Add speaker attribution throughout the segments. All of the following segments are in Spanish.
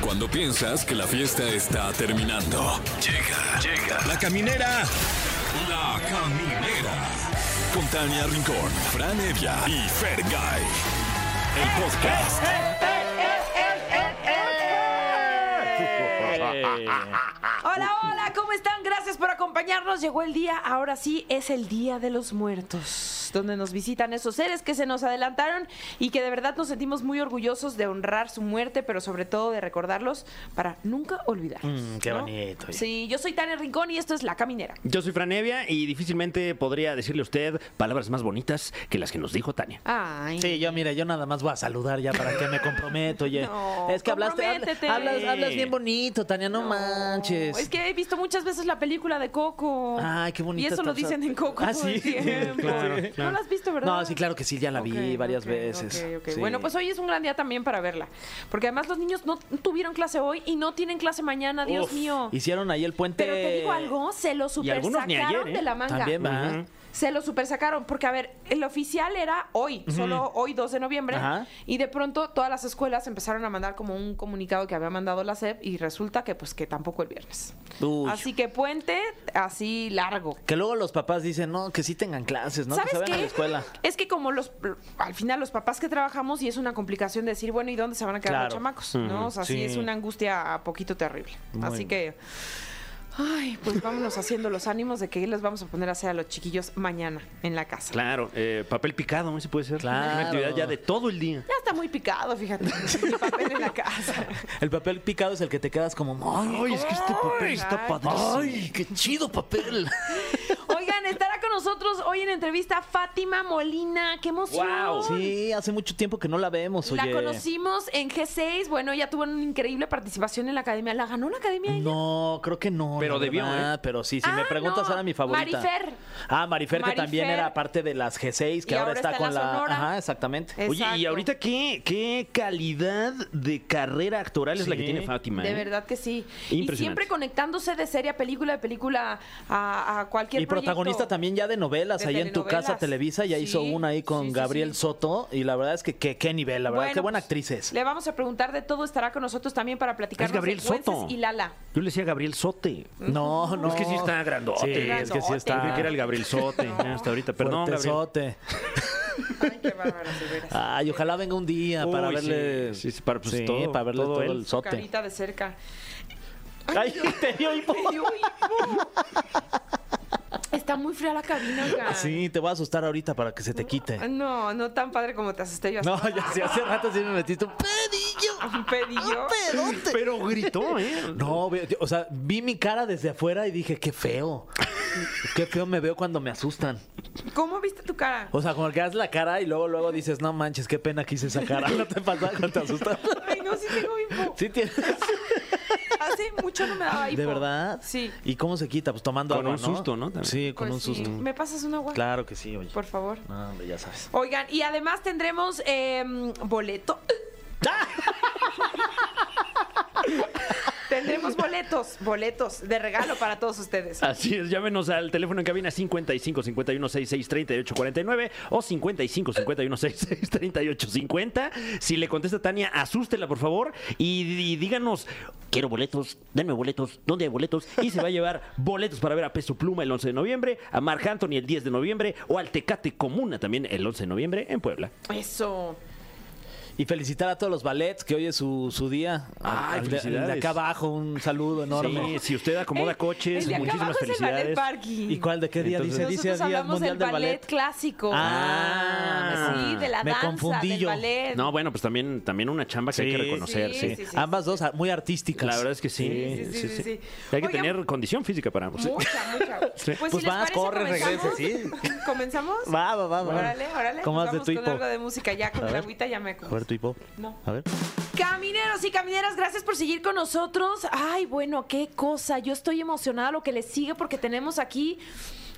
Speaker 1: Cuando piensas que la fiesta está terminando. Llega, llega. La caminera. La caminera. Con Tania Rincón, Fran Evia y Fer El podcast.
Speaker 2: Hola, hola, ¿cómo están? Gracias por acompañarnos. Llegó el día, ahora sí es el Día de los Muertos, donde nos visitan esos seres que se nos adelantaron y que de verdad nos sentimos muy orgullosos de honrar su muerte, pero sobre todo de recordarlos para nunca olvidar.
Speaker 3: Mm, qué bonito, oye.
Speaker 2: Sí, yo soy Tania Rincón y esto es La Caminera.
Speaker 3: Yo soy Franevia y difícilmente podría decirle a usted palabras más bonitas que las que nos dijo Tania.
Speaker 2: Ay.
Speaker 4: Sí, yo mira, yo nada más voy a saludar ya para que me comprometo, oye.
Speaker 2: No,
Speaker 4: es que hablaste, hablas,
Speaker 2: comprométete.
Speaker 4: hablas- hablas bien bonito, Tania, no, manches.
Speaker 2: Es que he visto muchas veces la película de Coco.
Speaker 4: Ay, qué bonita
Speaker 2: Y eso
Speaker 4: está
Speaker 2: lo
Speaker 4: esa-
Speaker 2: dicen en Coco.
Speaker 4: Ah,
Speaker 2: todo
Speaker 4: sí.
Speaker 2: el tiempo.
Speaker 4: Claro,
Speaker 2: No
Speaker 4: claro.
Speaker 2: la has visto, ¿verdad?
Speaker 4: No, sí, claro que sí, ya la vi
Speaker 2: Ok,
Speaker 4: varias
Speaker 2: ok,
Speaker 4: veces.
Speaker 2: ok, ok.
Speaker 4: Sí.
Speaker 2: Bueno, pues hoy es un gran día también para verla. Porque además los niños no tuvieron clase hoy y no tienen clase mañana, Dios
Speaker 4: Uf,
Speaker 2: mío.
Speaker 4: Hicieron ahí el puente.
Speaker 2: Pero te digo algo, se lo
Speaker 3: Y
Speaker 2: super
Speaker 3: algunos
Speaker 2: sacaron
Speaker 3: ni ayer, ¿eh?
Speaker 2: de la manga.
Speaker 4: También va.
Speaker 3: Ujú.
Speaker 2: Se lo super sacaron, porque a ver, el oficial era hoy, solo hoy 2 de noviembre,
Speaker 4: Ajá.
Speaker 2: y de pronto todas las escuelas empezaron a mandar como un comunicado que había mandado la SEP y resulta que pues que tampoco el viernes.
Speaker 4: Uy.
Speaker 2: Así que puente así largo.
Speaker 4: Que luego los papás dicen, no, que sí tengan clases, ¿no?
Speaker 2: ¿Sabes
Speaker 4: que se vayan
Speaker 2: qué?
Speaker 4: a la escuela.
Speaker 2: Es que como los al final los papás que trabajamos y es una complicación de decir, bueno, ¿y dónde se van a quedar los
Speaker 4: Claro.
Speaker 2: chamacos? ¿No? O sea, sí
Speaker 4: sí.
Speaker 2: es una angustia a poquito terrible.
Speaker 4: Muy
Speaker 2: Así
Speaker 4: bien.
Speaker 2: que ay, pues vámonos haciendo los ánimos de que les vamos a poner a hacer a los chiquillos mañana en la casa.
Speaker 3: Claro, eh, papel picado, ese puede ser.
Speaker 4: Claro.
Speaker 3: Una actividad ya de todo el día.
Speaker 2: Ya está muy picado, fíjate. El papel en la casa.
Speaker 4: El papel picado es el que te quedas como, ay,
Speaker 3: es que este papel
Speaker 2: está ay.
Speaker 4: ay, qué chido papel.
Speaker 2: Oigan, estará con nosotros hoy en entrevista Fátima Molina. ¡Qué emoción!
Speaker 4: Sí, hace mucho tiempo que no la vemos, oye.
Speaker 2: La conocimos en G6. Bueno, ella tuvo una increíble participación en la academia. ¿La ganó la academia ella?
Speaker 4: No, creo que no.
Speaker 3: Pero
Speaker 4: la
Speaker 3: debió,
Speaker 4: verdad,
Speaker 3: ¿eh?
Speaker 4: Pero sí, si
Speaker 2: Ah,
Speaker 4: me preguntas,
Speaker 2: no,
Speaker 4: era mi favorita.
Speaker 2: Marifer.
Speaker 4: Ah, Marifer, que también
Speaker 2: Marifer.
Speaker 4: era parte de las G6, que
Speaker 2: Y
Speaker 4: ahora,
Speaker 2: ahora
Speaker 4: está,
Speaker 2: está en
Speaker 4: con
Speaker 2: la
Speaker 4: la.
Speaker 2: Sonora.
Speaker 4: Ajá, exactamente.
Speaker 2: Eh,
Speaker 3: Oye, y
Speaker 2: Exacto.
Speaker 3: ahorita qué, qué calidad de carrera actoral es la que
Speaker 4: Sí.
Speaker 3: tiene Fátima.
Speaker 2: De
Speaker 3: ¿eh?
Speaker 2: verdad que sí. Y
Speaker 3: Impresionante.
Speaker 2: siempre conectándose de serie a película, de película a, a cualquier
Speaker 4: Y protagonista
Speaker 2: proyecto.
Speaker 4: también ya de novelas,
Speaker 2: De
Speaker 4: ahí en tu casa
Speaker 2: telenovelas.
Speaker 4: Televisa, ya
Speaker 2: Sí,
Speaker 4: hizo una ahí con
Speaker 2: sí, sí,
Speaker 4: Gabriel
Speaker 2: sí.
Speaker 4: Soto, y la verdad es que que- qué nivel, la verdad,
Speaker 2: Bueno,
Speaker 4: qué buena
Speaker 2: pues,
Speaker 4: actriz es.
Speaker 2: Le vamos a preguntar de todo, estará con nosotros también para platicar
Speaker 3: Es Gabriel Soto.
Speaker 2: y Lala.
Speaker 3: Yo le decía Gabriel Sote.
Speaker 4: No, no.
Speaker 3: Es que sí está grandote.
Speaker 4: Sí, es que sí está.
Speaker 3: Creí que era el Gabriel Sote. ya, Hasta ahorita, perdón, Gabriel.
Speaker 4: fuertezote.
Speaker 2: Ay, qué bárbaro, de veras.
Speaker 4: Ay, ojalá venga un día
Speaker 3: Uy,
Speaker 4: para
Speaker 3: sí,
Speaker 4: verle.
Speaker 3: sí, sí, para, pues,
Speaker 4: sí,
Speaker 3: todo-
Speaker 4: para verle
Speaker 3: todo
Speaker 4: todo,
Speaker 3: él.
Speaker 4: el
Speaker 3: Su
Speaker 2: Su
Speaker 4: sote.
Speaker 2: carita de cerca.
Speaker 4: Ay, te dio hipo.
Speaker 2: Ay, uy, no. Está muy fría la cabina, oigan.
Speaker 4: Ah, Sí, te voy a asustar ahorita para que se te quite.
Speaker 2: No, no tan padre como te asusté yo. hasta
Speaker 4: No, ya sí, hace rato sí me metiste un pedillo.
Speaker 2: Un pedillo.
Speaker 3: Pero gritó, ¿eh?
Speaker 4: No, ve- o sea, vi mi cara desde afuera y dije, qué feo. Qué feo me veo cuando me asustan.
Speaker 2: ¿Cómo viste tu cara?
Speaker 4: O sea, como que haces la cara y luego, luego dices, no manches, qué pena que hice esa cara. ¿No te pasa cuando te asustas?
Speaker 2: Ay, no, sí tengo hipo.
Speaker 4: Sí tienes.
Speaker 2: Hace mucho no me daba hipo.
Speaker 4: ¿De verdad?
Speaker 2: Sí.
Speaker 4: ¿Y cómo se quita? Pues tomando
Speaker 3: Con
Speaker 4: agua,
Speaker 3: un susto, ¿no? También.
Speaker 4: Sí, con
Speaker 2: Pues
Speaker 4: un
Speaker 2: sí.
Speaker 4: susto.
Speaker 2: ¿Me pasas un agua?
Speaker 4: Claro que sí, oye.
Speaker 2: Por favor.
Speaker 4: No, hombre, ya sabes.
Speaker 2: Oigan, y además tendremos eh, boleto. tendremos boletos, boletos de regalo para todos ustedes.
Speaker 4: Ah.
Speaker 3: Así es, llámenos al teléfono en cabina 55 51 66 38 49 o 55 51 66 38 50. Si le contesta Tania, asústela por favor y, y díganos, quiero boletos, denme boletos, ¿dónde hay boletos? Y se va a llevar boletos para ver a Peso Pluma el 11 de noviembre, a Marc Anthony el 10 de noviembre o al Tecate Comuna también el 11 de noviembre en Puebla.
Speaker 2: Eso.
Speaker 4: Y felicitar a todos los ballets, que hoy es su, su día.
Speaker 3: Ay,
Speaker 4: Al de- al de
Speaker 3: felicidades.
Speaker 4: acá abajo, un saludo enorme.
Speaker 3: Sí, si usted acomoda
Speaker 2: Eh,
Speaker 3: coches,
Speaker 2: el de acá
Speaker 3: muchísimas
Speaker 2: abajo es el ballet
Speaker 3: felicidades.
Speaker 2: parking.
Speaker 4: ¿Y cuál de qué día
Speaker 3: Entonces-
Speaker 4: dice? Dice
Speaker 2: Nosotros
Speaker 4: Día
Speaker 2: hablamos
Speaker 4: Mundial
Speaker 2: del
Speaker 4: del
Speaker 2: ballet,
Speaker 4: Ballet.
Speaker 2: clásico.
Speaker 4: Ah,
Speaker 2: sí, de la
Speaker 4: me
Speaker 2: danza,
Speaker 4: confundí
Speaker 2: del
Speaker 4: yo.
Speaker 2: ballet.
Speaker 3: No, bueno, pues también, también una chamba que hay que reconocer,
Speaker 2: sí,
Speaker 3: sí.
Speaker 2: sí, sí.
Speaker 4: Ambas dos ah, muy artísticas.
Speaker 3: La verdad es que sí.
Speaker 2: Sí, sí, sí, sí, sí.
Speaker 3: Hay que
Speaker 2: Oigan,
Speaker 3: tener condición física para pues, ambos. sí.
Speaker 2: Mucha, mucha. Pues, si
Speaker 4: Pues
Speaker 2: les
Speaker 4: vas,
Speaker 2: parece,
Speaker 4: corre,
Speaker 2: comenzamos.
Speaker 4: regresa,
Speaker 2: ¿Comenzamos?
Speaker 4: Va, va, va, va.
Speaker 2: Órale, órale.
Speaker 4: ¿Cómo
Speaker 2: Nos
Speaker 4: vas de
Speaker 2: vamos
Speaker 4: tu
Speaker 2: con
Speaker 4: hipo?
Speaker 2: algo de música ya, con
Speaker 4: A
Speaker 2: la
Speaker 4: ver.
Speaker 2: agüita ya me
Speaker 4: A ver tu hipo.
Speaker 2: No.
Speaker 4: A ver.
Speaker 2: Camineros y camineras, gracias por seguir con nosotros. Ay, bueno, qué cosa. Yo estoy emocionada lo que les sigue porque tenemos aquí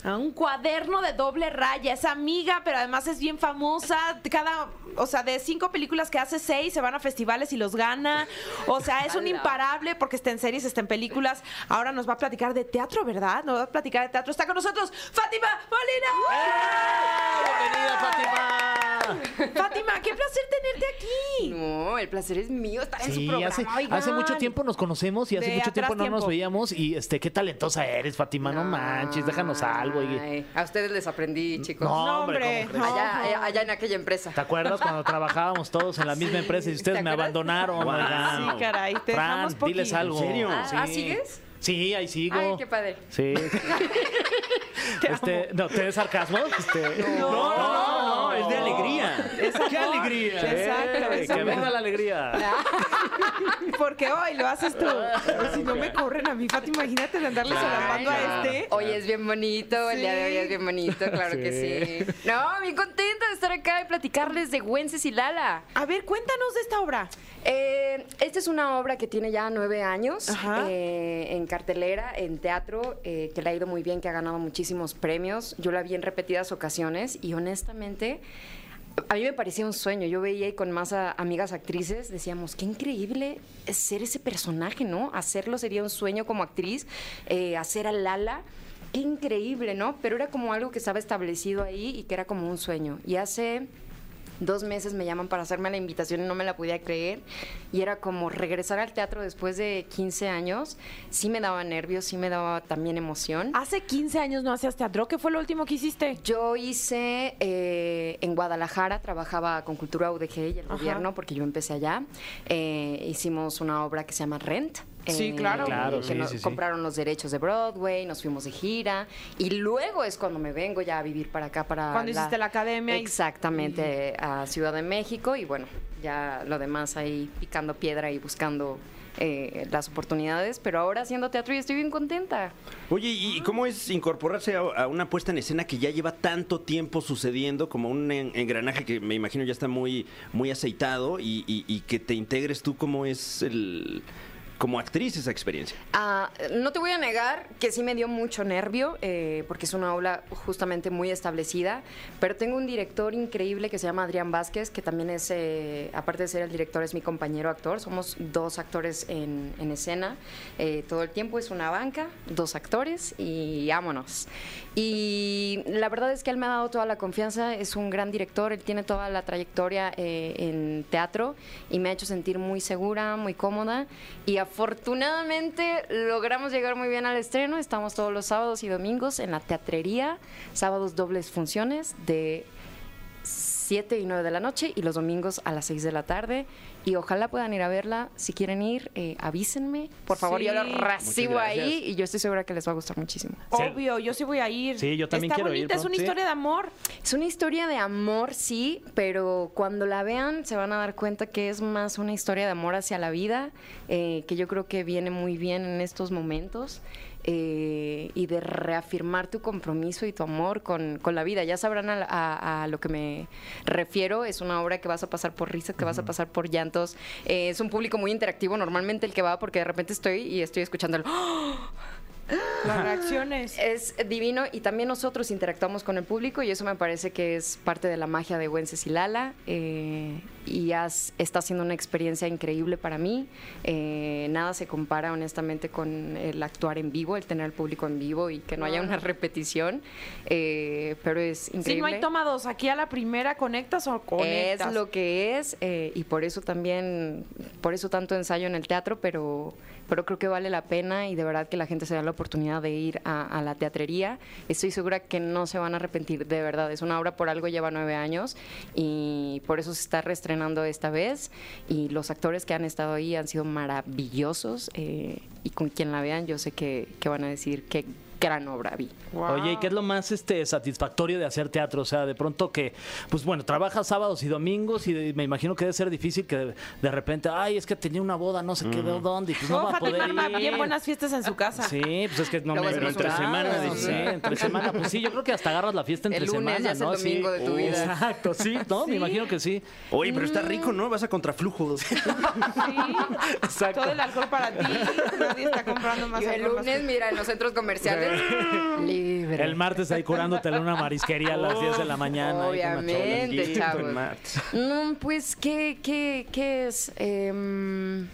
Speaker 2: a un cuaderno de doble raya. Es amiga, pero además es bien famosa. Cada, o sea, de cinco películas que hace seis se van a festivales y los gana. O sea, es un imparable porque está en series, está en películas. Ahora nos va a platicar de teatro, ¿verdad? Nos va a platicar de teatro. Está con nosotros Fátima Molina.
Speaker 4: ¡Bienvenida, Fátima! Fátima.
Speaker 2: Fátima, qué placer tenerte aquí.
Speaker 5: No, el placer es mío estar en su programa.
Speaker 4: hace,
Speaker 5: oigan.
Speaker 4: hace mucho tiempo nos conocemos y hace
Speaker 2: De
Speaker 4: mucho tiempo
Speaker 2: atrás
Speaker 4: no nos
Speaker 2: tiempo.
Speaker 4: veíamos. Y este, qué talentosa eres, Fátima, no manches, déjanos algo. Y,
Speaker 5: Ay, A ustedes les aprendí, chicos.
Speaker 4: No,
Speaker 2: No,
Speaker 4: hombre,
Speaker 2: hombre.
Speaker 4: ¿cómo
Speaker 2: no.
Speaker 5: Allá, allá- allá en aquella empresa.
Speaker 4: ¿Te acuerdas cuando trabajábamos todos en la misma empresa y ustedes
Speaker 5: ¿Te
Speaker 4: me
Speaker 5: acuerdas?
Speaker 4: abandonaron?
Speaker 3: Wow.
Speaker 4: oigan?
Speaker 2: Sí, caray, te
Speaker 4: Fran,
Speaker 2: dejamos poquito.
Speaker 4: diles algo.
Speaker 3: ¿En serio?
Speaker 5: Ah, ah, ¿sigues?
Speaker 4: Sí, ahí sigo.
Speaker 5: Ay, qué padre.
Speaker 4: Sí. este, no, ¿te des sarcasmo? Este,
Speaker 3: No, no, no, es de alegría. ¡Qué alegría!
Speaker 2: Exacto,
Speaker 3: Eh,
Speaker 2: es
Speaker 3: que
Speaker 2: amor.
Speaker 3: venga la alegría.
Speaker 2: Porque hoy lo haces tú. Si no me corren a mí, Fátima, imagínate de andarle solapando
Speaker 5: Ay, no.
Speaker 2: a este.
Speaker 5: Hoy es bien bonito, el día de hoy es bien bonito, claro que sí. No, bien contenta de estar acá y platicarles de Güences y Lala.
Speaker 2: A ver, cuéntanos de esta obra.
Speaker 5: Eh, esta es una obra que tiene ya nueve años
Speaker 2: Ajá.
Speaker 5: eh, en cartelera, en teatro, eh, que le ha ido muy bien, que ha ganado muchísimos premios. Yo la vi en repetidas ocasiones y honestamente... A mí me parecía un sueño. Yo veía y con más a- amigas actrices decíamos, qué increíble es ser ese personaje, ¿no? Hacerlo sería un sueño como actriz, eh, hacer a Lala. Qué increíble, ¿no? Pero era como algo que estaba establecido ahí y que era como un sueño. Y hace Dos meses me llaman para hacerme la invitación y no me la podía creer. Y era como regresar al teatro después de 15 años. Sí me daba nervios, sí me daba también emoción.
Speaker 2: Hace 15 años no hacías teatro. ¿Qué fue lo último que hiciste?
Speaker 5: Yo hice eh, en Guadalajara, trabajaba con Cultura UDG y el
Speaker 2: Ajá.
Speaker 5: gobierno, porque yo empecé allá. Eh, hicimos una obra que se llama Rent. eh,
Speaker 2: Sí, claro.
Speaker 4: Claro,
Speaker 5: que
Speaker 4: sí,
Speaker 5: nos
Speaker 4: sí, sí.
Speaker 5: compraron los derechos de Broadway, nos fuimos de gira y luego es cuando me vengo ya a vivir para acá para
Speaker 2: Cuando hiciste la academia y-
Speaker 5: exactamente a Ciudad de México y bueno ya lo demás ahí picando piedra y buscando eh, las oportunidades, pero ahora haciendo teatro y estoy bien contenta.
Speaker 3: Oye, ¿y cómo es incorporarse a- a una puesta en escena que ya lleva tanto tiempo sucediendo, como un en- engranaje que me imagino ya está muy, muy aceitado y, y- y que te integres tú como es el... Como actriz esa experiencia.
Speaker 5: Ah, no te voy a negar que sí me dio mucho nervio, eh, porque es una obra justamente muy establecida, pero tengo un director increíble que se llama Adrián Vázquez, que también es, eh, aparte de ser el director, es mi compañero actor, somos dos actores en, en escena, eh, todo el tiempo es una banca, dos actores y vámonos. Y la verdad es que él me ha dado toda la confianza, es un gran director, él tiene toda la trayectoria eh, en teatro y me ha hecho sentir muy segura, muy cómoda y afortunadamente logramos llegar muy bien al estreno, estamos todos los sábados y domingos en la teatrería, sábados dobles funciones de 7 y 9 de la noche y los domingos a las 6 de la tarde. Y ojalá puedan ir a verla. Si quieren ir, eh, avísenme. Por favor,
Speaker 2: Sí.
Speaker 5: yo lo
Speaker 2: Muchas
Speaker 5: recibo
Speaker 3: gracias.
Speaker 5: ahí y yo estoy segura que les va a gustar muchísimo.
Speaker 4: Sí.
Speaker 2: Obvio, yo sí voy a ir.
Speaker 4: Sí, yo también
Speaker 2: Está
Speaker 4: quiero ir,
Speaker 2: bonita, es
Speaker 4: ¿no?
Speaker 2: una
Speaker 4: Sí.
Speaker 2: historia de amor.
Speaker 5: Es una historia de amor, sí, pero cuando la vean se van a dar cuenta que es más una historia de amor hacia la vida, eh, que yo creo que viene muy bien en estos momentos, eh, y de reafirmar tu compromiso y tu amor con, con la vida. Ya sabrán a, la- a- a lo que me refiero, es una obra que vas a pasar por risas, que vas a pasar por llantos, Eh, es un público muy interactivo normalmente el que va porque de repente estoy y estoy escuchando el...
Speaker 2: Las reacciones.
Speaker 5: Es divino y también nosotros interactuamos con el público y eso me parece que es parte de la magia de Wences y Lala eh, y has- está siendo una experiencia increíble para mí. Eh, nada se compara honestamente con el actuar en vivo, el tener al público en vivo y que no haya una repetición, eh, pero es increíble.
Speaker 2: Si no hay toma dos, aquí a la primera conectas o conectas.
Speaker 5: Es lo que es eh, y por eso también, por eso tanto ensayo en el teatro, pero, pero creo que vale la pena y de verdad que la gente se da la oportunidad de ir a, a la teatrería. Estoy segura que no se van a arrepentir, de verdad. Es una obra por algo, lleva nueve años y por eso se está reestrenando esta vez y los actores que han estado ahí han sido maravillosos eh, y con quien la vean yo sé que, que van a decir qué gran obra vi.
Speaker 2: Wow.
Speaker 4: Oye, ¿y qué es lo más este, satisfactorio de hacer teatro? O sea, de pronto que, pues bueno, trabajas sábados y domingos y de- me imagino que debe ser difícil que de, de repente, ay, es que tenía una boda, no sé qué, de dónde, y pues no
Speaker 2: Oh,
Speaker 4: va a
Speaker 2: Fátima
Speaker 4: poder
Speaker 2: arma
Speaker 4: ir.
Speaker 2: bien buenas fiestas en su casa.
Speaker 4: Sí, pues es que no
Speaker 5: Lo
Speaker 4: me
Speaker 5: vas a
Speaker 4: pero entre
Speaker 5: disfrutar.
Speaker 4: semana, dice.
Speaker 5: Sí.
Speaker 4: Sí, entre semana. Pues sí, yo creo que hasta agarras la fiesta
Speaker 5: El
Speaker 4: entre
Speaker 5: lunes
Speaker 4: semana,
Speaker 5: ya es el
Speaker 4: ¿no? Sí.
Speaker 5: domingo de tu vida.
Speaker 4: Exacto, sí, ¿no? Me imagino que sí.
Speaker 3: Oye, pero está rico, ¿no? Vas a contraflujo.
Speaker 2: Sí.
Speaker 4: Exacto.
Speaker 2: Todo el alcohol para ti. Nadie está comprando más
Speaker 5: Yo el
Speaker 2: alcohol, más
Speaker 5: lunes, mira, en los centros comerciales, libre.
Speaker 4: El martes ahí curándotela en una marisquería a las 10 de la mañana. ahí con macholas.
Speaker 5: Obviamente, chavos.
Speaker 3: Martes.
Speaker 5: No, pues, ¿qué, qué, qué es? Em,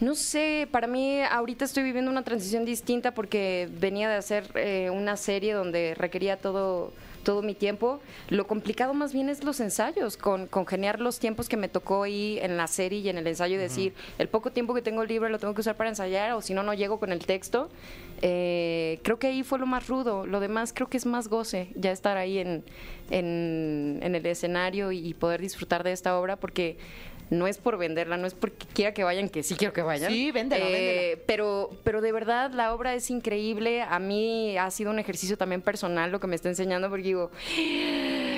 Speaker 5: no sé, para mí ahorita estoy viviendo una transición distinta porque venía de hacer eh, una serie donde requería todo todo mi tiempo. Lo complicado más bien es los ensayos, con congeniar los tiempos que me tocó ahí en la serie y en el ensayo, y decir, el poco tiempo que tengo libre lo tengo que usar para ensayar, o si no, no llego con el texto. Eh, creo que ahí fue lo más rudo. Lo demás creo que es más goce, ya estar ahí en, en, en el escenario y poder disfrutar de esta obra, porque no es por venderla, no es porque quiera que vayan, que sí quiero que vayan. Eh,
Speaker 2: Sí, véndela, véndela.
Speaker 5: Pero, pero de verdad la obra es increíble. A mí ha sido un ejercicio también personal lo que me está enseñando, porque digo,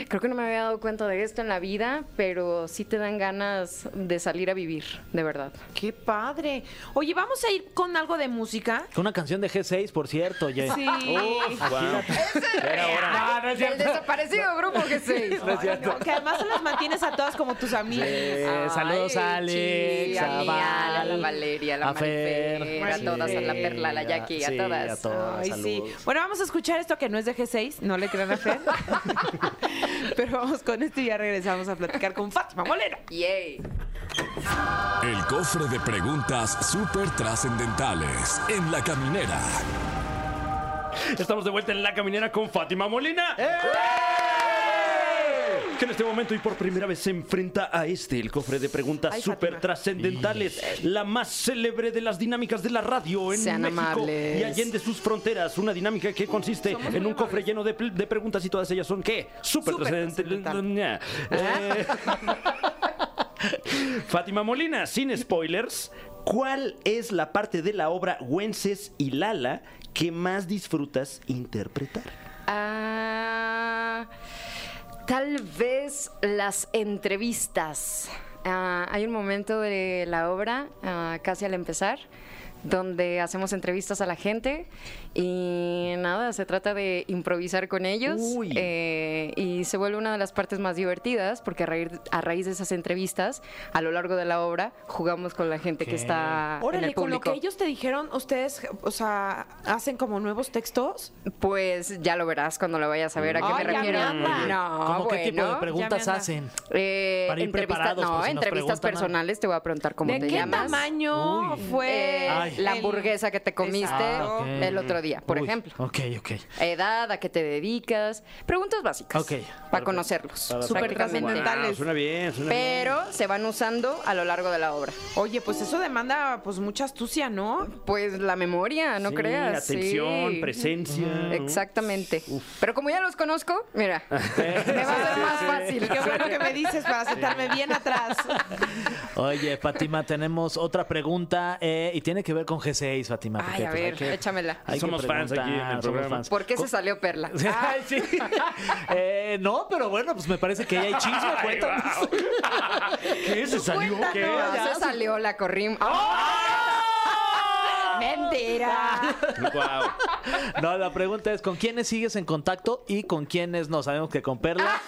Speaker 5: creo que no me había dado cuenta de esto en la vida, pero sí te dan ganas de salir a vivir, de verdad.
Speaker 2: ¡Qué padre! Oye, vamos a ir con algo de música.
Speaker 4: Con una canción de G6, por cierto. Ye.
Speaker 2: Sí.
Speaker 4: Era hora. No, no es
Speaker 5: El
Speaker 4: cierto.
Speaker 5: desaparecido grupo que se.
Speaker 4: No es cierto.
Speaker 2: Ay, no, que además se las mantienes a todas como tus amigas.
Speaker 4: Eh, saludos a Alex,
Speaker 5: sí, a,
Speaker 4: a
Speaker 5: mí, a la- la
Speaker 4: Val,
Speaker 5: Valeria, a la
Speaker 4: a Fer,
Speaker 5: Marifer, a
Speaker 4: sí,
Speaker 5: todas, a la Perla, a la
Speaker 4: a-
Speaker 5: Jackie, a
Speaker 4: sí,
Speaker 5: todas.
Speaker 4: a todas,
Speaker 2: Ay, sí.
Speaker 4: Ah, saludos.
Speaker 2: Bueno, vamos a escuchar esto que no es de G6, no le crean a Fer. Pero vamos con esto y ya regresamos a platicar con Fátima Molero.
Speaker 5: Yay.
Speaker 1: El cofre de preguntas súper trascendentales en la caminera.
Speaker 3: Estamos de vuelta en La Caminera con Fátima Molina.
Speaker 4: ¡Eh!
Speaker 3: Que en este momento y por primera vez se enfrenta a este, el cofre de preguntas
Speaker 2: Ay,
Speaker 3: súper
Speaker 2: Fátima.
Speaker 3: trascendentales, la más célebre de las dinámicas de la radio en
Speaker 5: Sean
Speaker 3: México
Speaker 5: amables.
Speaker 3: y allende sus fronteras. Una dinámica que consiste
Speaker 2: Somos muy
Speaker 3: en un cofre
Speaker 2: amables.
Speaker 3: lleno de, pl- de preguntas y todas ellas son ¿qué? Súper
Speaker 2: Súper
Speaker 3: trascendentales. Eh, Fátima Molina, sin spoilers, ¿cuál es la parte de la obra Güences y Lala que más disfrutas interpretar?
Speaker 5: Ah, tal vez las entrevistas. Ah, hay un momento de la obra, ah, casi al empezar, donde hacemos entrevistas a la gente y nada, se trata de improvisar con ellos.
Speaker 3: Uy.
Speaker 5: eh, y se vuelve una de las partes más divertidas porque a raíz, a raíz de esas entrevistas, a lo largo de la obra, jugamos con la gente que está Ah, en el
Speaker 2: Órale, con lo
Speaker 5: público.
Speaker 2: que ellos te dijeron, ustedes, o sea, hacen como nuevos textos.
Speaker 5: Pues ya lo verás cuando lo vayas a ver. ¿A qué
Speaker 2: Ay,
Speaker 5: me
Speaker 2: ya me
Speaker 5: refiero?
Speaker 2: habla.
Speaker 5: no,
Speaker 4: ¿Cómo qué tipo de
Speaker 5: Ah, bueno.
Speaker 4: preguntas
Speaker 2: anda.
Speaker 4: hacen?
Speaker 5: Eh,
Speaker 4: Para ir
Speaker 5: entrevista-
Speaker 4: preparados,
Speaker 5: no,
Speaker 4: por si nos
Speaker 5: entrevistas
Speaker 4: preguntan algo.
Speaker 5: personales, te voy a preguntar cómo
Speaker 2: ¿De
Speaker 5: te
Speaker 2: qué
Speaker 5: llamas.
Speaker 2: tamaño
Speaker 4: Uy.
Speaker 2: fue
Speaker 5: Eh,
Speaker 4: Ay.
Speaker 5: la
Speaker 2: el-
Speaker 5: hamburguesa que te comiste
Speaker 2: Exacto.
Speaker 4: Ah, ok.
Speaker 5: el otro día, por
Speaker 4: Uy,
Speaker 5: ejemplo.
Speaker 4: Ok, ok.
Speaker 5: Edad, a qué te dedicas, preguntas básicas
Speaker 4: Ok,
Speaker 5: para
Speaker 4: perfecto.
Speaker 5: conocerlos.
Speaker 4: Para-
Speaker 2: Súper
Speaker 5: prácticamente.
Speaker 2: trascendental. Dale.
Speaker 3: suena bien, suena bien.
Speaker 5: Pero se van usando a lo largo de la obra.
Speaker 2: Oye, pues eso demanda pues mucha astucia, ¿no?
Speaker 5: Pues la memoria, no
Speaker 3: Sí,
Speaker 5: creas. sí.
Speaker 3: Atención, presencia. ¿no?
Speaker 5: Exactamente. Pero como ya los conozco, mira, me va a ser más fácil.
Speaker 2: Qué bueno que me dices para sentarme bien atrás.
Speaker 4: Oye, Fátima, tenemos otra pregunta eh, y tiene que ver con G6, Fátima. porque,
Speaker 5: Ay, a
Speaker 4: pues, hay
Speaker 5: ver,
Speaker 4: que-
Speaker 5: échamela.
Speaker 4: hay que
Speaker 3: Somos fans
Speaker 4: preguntar,
Speaker 3: aquí en el
Speaker 4: somos
Speaker 3: programa.
Speaker 4: fans.
Speaker 5: ¿Por qué se salió Perla?
Speaker 4: Ay, sí. Eh, no, pero bueno, pues me parece que ya hay chisme. Cuéntanos.
Speaker 3: ¿Qué se salió?
Speaker 2: cuéntanos.
Speaker 3: ¿Qué?
Speaker 5: No,
Speaker 2: Ya
Speaker 5: se salió la corrim.
Speaker 4: ¡Ah!
Speaker 2: Mentira.
Speaker 3: Guau.
Speaker 4: No, la pregunta es: ¿con quiénes sigues en contacto y con quiénes no? Sabemos que con Perla,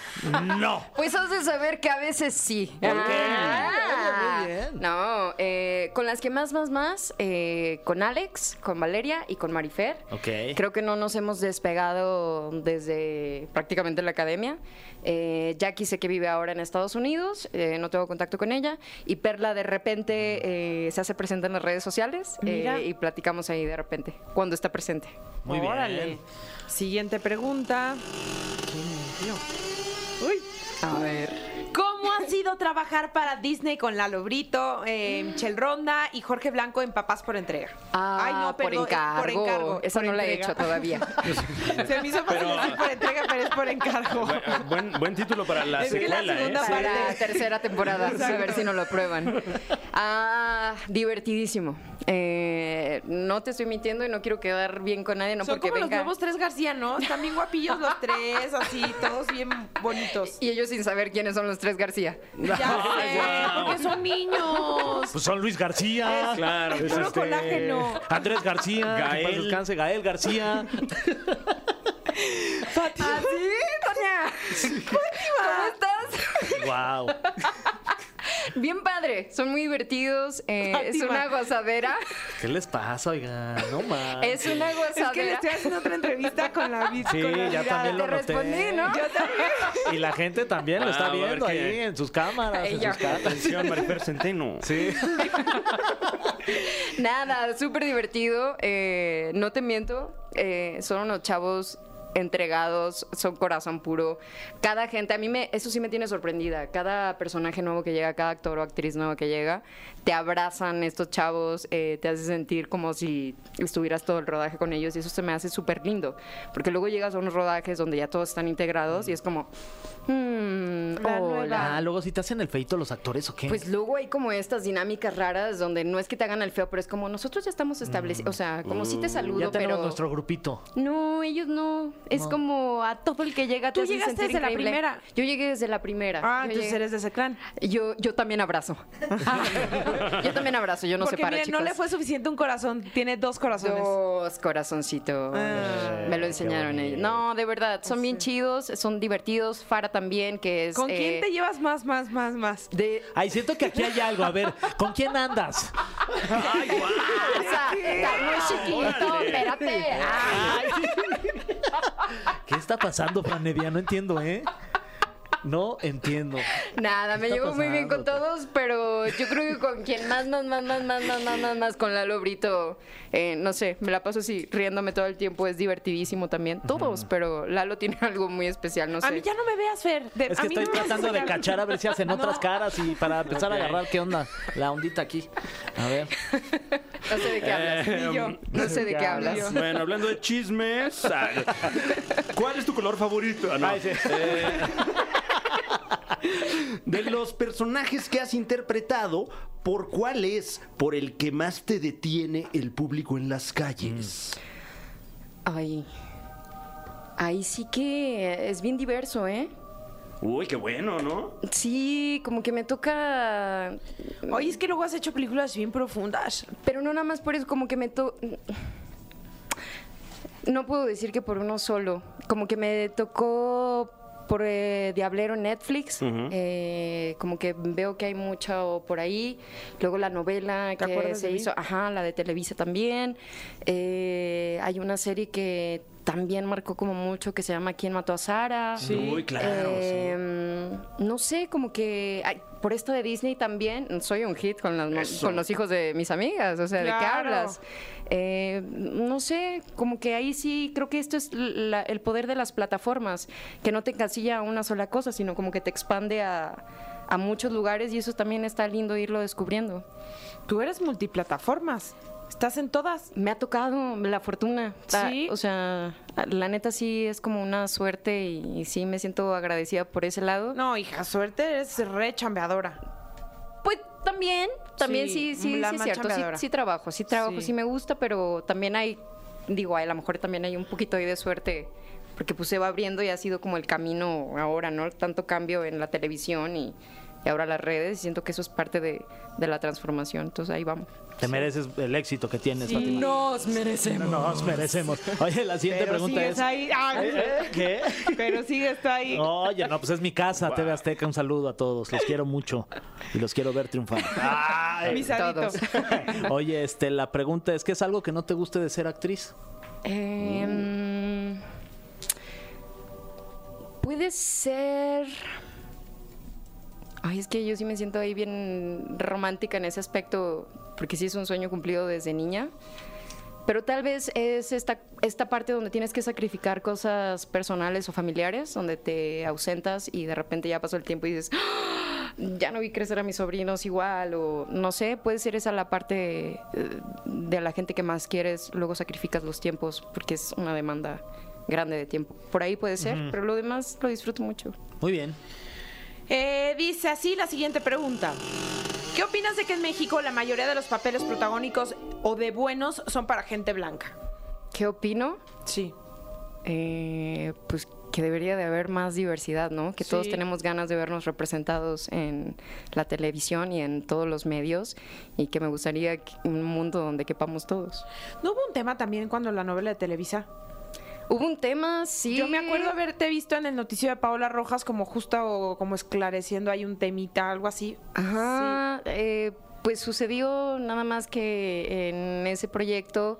Speaker 4: no.
Speaker 5: Pues has de saber que a veces sí. Ah.
Speaker 4: Oye, muy bien.
Speaker 5: No, eh, con las que más, más, más, eh, con Alex, con Valeria y con Marifer.
Speaker 4: Ok.
Speaker 5: Creo que no nos hemos despegado desde prácticamente la academia. Eh, Jackie sé que vive ahora en Estados Unidos, eh, no tengo contacto con ella. Y Perla de repente eh, se hace presente en las redes sociales eh,
Speaker 2: Mira.
Speaker 5: y platicamos ahí de repente, cuando está presente.
Speaker 4: Muy bien.
Speaker 2: Órale. Siguiente pregunta. Uy.
Speaker 5: A ver.
Speaker 2: ¿Cómo ha sido trabajar para Disney con Lalo Brito, eh, Michelle Ronda y Jorge Blanco en Papás por Entrega?
Speaker 5: Mm. Ah, por
Speaker 2: es
Speaker 5: encargo.
Speaker 2: eh, por encargo.
Speaker 5: Esa
Speaker 2: por
Speaker 5: no la he
Speaker 2: entrega.
Speaker 5: hecho todavía.
Speaker 2: Se me hizo fácil decir por entrega, pero es por encargo.
Speaker 3: Bu- Buen, buen título para la
Speaker 2: Es que la
Speaker 3: secuela, ¿eh?
Speaker 2: segunda-
Speaker 5: Para la
Speaker 2: Aparte.
Speaker 5: tercera temporada, a ver
Speaker 2: Exacto.
Speaker 5: si nos lo aprueban. Ah, divertidísimo. Eh, no te estoy mintiendo y no quiero quedar bien con nadie, no
Speaker 2: Son
Speaker 5: porque
Speaker 2: como los
Speaker 5: venga.
Speaker 2: nuevos tres García, ¿no? Están bien guapillos los tres, así, todos bien bonitos.
Speaker 5: Y ellos sin saber quiénes son los tres García.
Speaker 2: Ya sé,
Speaker 3: guau.
Speaker 2: porque son niños.
Speaker 4: Pues son Luis García. este,
Speaker 3: Es- claro,
Speaker 2: es puro colágeno.
Speaker 4: Andrés García. que en
Speaker 3: Gael.
Speaker 4: paz descanse, Gael García.
Speaker 2: Fátima.
Speaker 5: ¿Así, Toña? ¿Cómo estás?
Speaker 4: wow.
Speaker 5: Bien padre, son muy divertidos, eh, es
Speaker 2: Fátima.
Speaker 5: una gozadera,
Speaker 4: ¿Qué les pasa, oigan? No más.
Speaker 5: es una
Speaker 2: Ah, Es que le
Speaker 5: gozadera.
Speaker 2: estoy haciendo otra entrevista con la vi-
Speaker 4: Sí,
Speaker 2: con la
Speaker 4: ya
Speaker 2: mirada.
Speaker 4: también lo
Speaker 5: Te
Speaker 4: noté.
Speaker 5: respondí, ¿no?
Speaker 2: Yo también.
Speaker 4: Y la gente también lo
Speaker 3: Ah,
Speaker 4: está
Speaker 3: va a ver
Speaker 4: viendo ahí
Speaker 3: que-
Speaker 4: en sus cámaras, en
Speaker 5: Ella.
Speaker 4: sus cartas.
Speaker 3: Atención, Marifer Centeno.
Speaker 4: Sí.
Speaker 5: Nada, súper divertido. eh, no te miento, eh, son unos chavos entregados, son corazón puro. Cada gente, a mí me, eso sí me tiene sorprendida. Cada personaje nuevo que llega, cada actor o actriz nuevo que llega, te abrazan estos chavos, eh, te hace sentir como si estuvieras todo el rodaje con ellos y eso se me hace súper lindo. Porque luego llegas a unos rodajes donde ya todos están integrados y es como, "Mm,
Speaker 2: La nueva".
Speaker 5: hola.
Speaker 4: Ah, luego si te hacen el feito los actores o qué.
Speaker 5: Pues luego hay como estas dinámicas raras donde no es que te hagan el feo, pero es como nosotros ya estamos establecidos, o sea, como si te saludo,
Speaker 4: Mm. Uh, ya tenemos
Speaker 5: pero
Speaker 4: nuestro grupito.
Speaker 5: no, ellos no, es como a todo el que llega te
Speaker 2: Tú
Speaker 5: hacen
Speaker 2: llegaste
Speaker 5: sentir
Speaker 2: desde la
Speaker 5: increíble.
Speaker 2: primera.
Speaker 5: Yo llegué desde la primera.
Speaker 2: Ah,
Speaker 5: yo,
Speaker 2: entonces
Speaker 5: llegué-
Speaker 2: eres de ese clan.
Speaker 5: yo yo también abrazo. yo también abrazo, yo no
Speaker 2: Porque
Speaker 5: sé para
Speaker 2: miren, no le fue suficiente un corazón, tiene dos corazones.
Speaker 5: Dos corazoncitos.
Speaker 4: Ah,
Speaker 5: Me lo enseñaron ellos. No, de verdad, son bien chidos, son divertidos. Fara también, que es.
Speaker 2: Ah, ¿Con
Speaker 5: eh,
Speaker 2: quién te llevas más, más, más, más?
Speaker 5: de,
Speaker 4: Ay, siento que aquí hay algo. A ver, ¿con quién andas?
Speaker 3: ¡Ay, guau!
Speaker 5: ah, O sea, está muy chiquito,
Speaker 3: Órale.
Speaker 5: espérate. Ay.
Speaker 4: ¿Qué está pasando, Franevia? No entiendo, ¿eh? No entiendo.
Speaker 5: Nada, me
Speaker 4: está
Speaker 5: llevo muy bien con
Speaker 4: pasando?
Speaker 5: todos, pero yo creo que con quien más, más, más, más, más, más, más, más, más, con Lalo Brito, eh, no sé, me la paso así, riéndome todo el tiempo, es divertidísimo también, todos, pero Lalo tiene algo muy especial, no sé.
Speaker 2: A mí ya no me veas, Fer. De-
Speaker 4: Es
Speaker 2: a
Speaker 4: que
Speaker 2: mí no
Speaker 4: estoy
Speaker 2: me vas a
Speaker 4: tratando de
Speaker 2: sacar-
Speaker 4: cachar a ver si hacen otras
Speaker 2: No.
Speaker 4: caras y para empezar a agarrar qué onda, la ondita aquí. A ver.
Speaker 5: No sé de qué hablas,
Speaker 3: Eh,
Speaker 2: Ni yo.
Speaker 5: no sé de qué hablas.
Speaker 3: Bueno, hablando de chismes, ah, ¿cuál es tu color favorito? Ah, no. Eh, de los personajes que has interpretado, ¿por cuál es por el que más te detiene el público en las calles?
Speaker 5: Ay, ahí sí que es bien diverso, ¿eh?
Speaker 3: Mm. Uy, qué bueno, ¿no?
Speaker 5: Sí, como que me toca
Speaker 2: Oye, es que luego has hecho películas bien profundas.
Speaker 5: Pero no nada más por eso, como que me... to- No puedo decir que por uno solo, como que me tocó por eh, Diablero Netflix, eh, como que veo que hay mucho por ahí, luego la novela
Speaker 2: ¿Te
Speaker 5: que
Speaker 2: acuerdas
Speaker 5: se
Speaker 2: de mí?
Speaker 5: hizo, ajá, la de Televisa también, Eh, hay una serie que también marcó como mucho que se llama ¿Quién mató a Sara?
Speaker 3: Uy, claro.
Speaker 5: Eh, No sé, como que ay, por esto de Disney también soy un hit con, las mo-
Speaker 3: Eso.
Speaker 5: con los hijos de mis amigas. O sea, ¿de qué
Speaker 2: Claro.
Speaker 5: hablas? Eh, no sé, como que ahí sí creo que esto es la- el poder de las plataformas, que no te encasilla a una sola cosa, sino como que te expande a, a muchos lugares y eso también está lindo irlo descubriendo.
Speaker 2: Tú eres multiplataformas. Estás en todas.
Speaker 5: Me ha tocado la fortuna. Ta-
Speaker 2: Sí.
Speaker 5: O sea, la neta sí es como una suerte y, y sí me siento agradecida por ese lado.
Speaker 2: No, hija, suerte, eres re chambeadora.
Speaker 5: Pues también, también
Speaker 2: Sí,
Speaker 5: sí, sí, sí,
Speaker 2: la
Speaker 5: es
Speaker 2: más
Speaker 5: cierto. Sí,
Speaker 2: chambeadora.
Speaker 5: sí trabajo, sí trabajo, sí.
Speaker 2: Sí.
Speaker 5: me gusta, pero también hay, digo, ay, a lo mejor también hay un poquito ahí de suerte, porque pues se va abriendo y ha sido como el camino ahora, ¿no? Tanto cambio en la televisión y, y ahora las redes, y siento que eso es parte de, de la transformación, entonces ahí vamos.
Speaker 4: Te mereces el éxito que tienes, Fátima.
Speaker 2: Nos merecemos.
Speaker 4: Nos merecemos. Oye, la siguiente
Speaker 2: Pero
Speaker 4: pregunta
Speaker 2: sigues
Speaker 4: es.
Speaker 2: ahí. Ay,
Speaker 4: ¿Eh? ¿Qué?
Speaker 2: Pero sigues tú ahí.
Speaker 4: Oye, no, pues es mi casa, TV Azteca. Un saludo a todos. Los quiero mucho y los quiero ver triunfar.
Speaker 2: Misadito.
Speaker 5: todos.
Speaker 4: Oye, este, la pregunta es: ¿qué es algo que no te guste de ser actriz?
Speaker 5: Em, puede ser. Ay, es que yo sí me siento ahí bien romántica en ese aspecto, porque sí es un sueño cumplido desde niña. Pero tal vez es esta, esta parte donde tienes que sacrificar cosas personales o familiares, donde te ausentas y de repente ya pasó el tiempo y dices, "Ah, ya no vi crecer a mis sobrinos igual, o no sé, puede ser esa la parte eh, de la gente que más quieres, luego sacrificas los tiempos porque es una demanda grande de tiempo. Por ahí puede ser, pero lo demás lo disfruto mucho.
Speaker 4: Muy bien.
Speaker 2: Eh, dice así la siguiente pregunta. ¿Qué opinas de que en México la mayoría de los papeles protagónicos o de buenos son para gente blanca?
Speaker 5: ¿Qué opino?
Speaker 2: Sí.
Speaker 5: eh, pues que debería de haber más diversidad, ¿no? Que todos
Speaker 2: Sí.
Speaker 5: tenemos ganas de vernos representados en la televisión y en todos los medios y que me gustaría que- un mundo donde quepamos todos.
Speaker 2: ¿No hubo un tema también cuando la novela de Televisa?
Speaker 5: Hubo un tema, sí.
Speaker 2: Yo me acuerdo haberte visto en el noticio de Paola Rojas como justa o como esclareciendo ahí un temita, algo así.
Speaker 5: Ajá, eh, pues sucedió nada más que en ese proyecto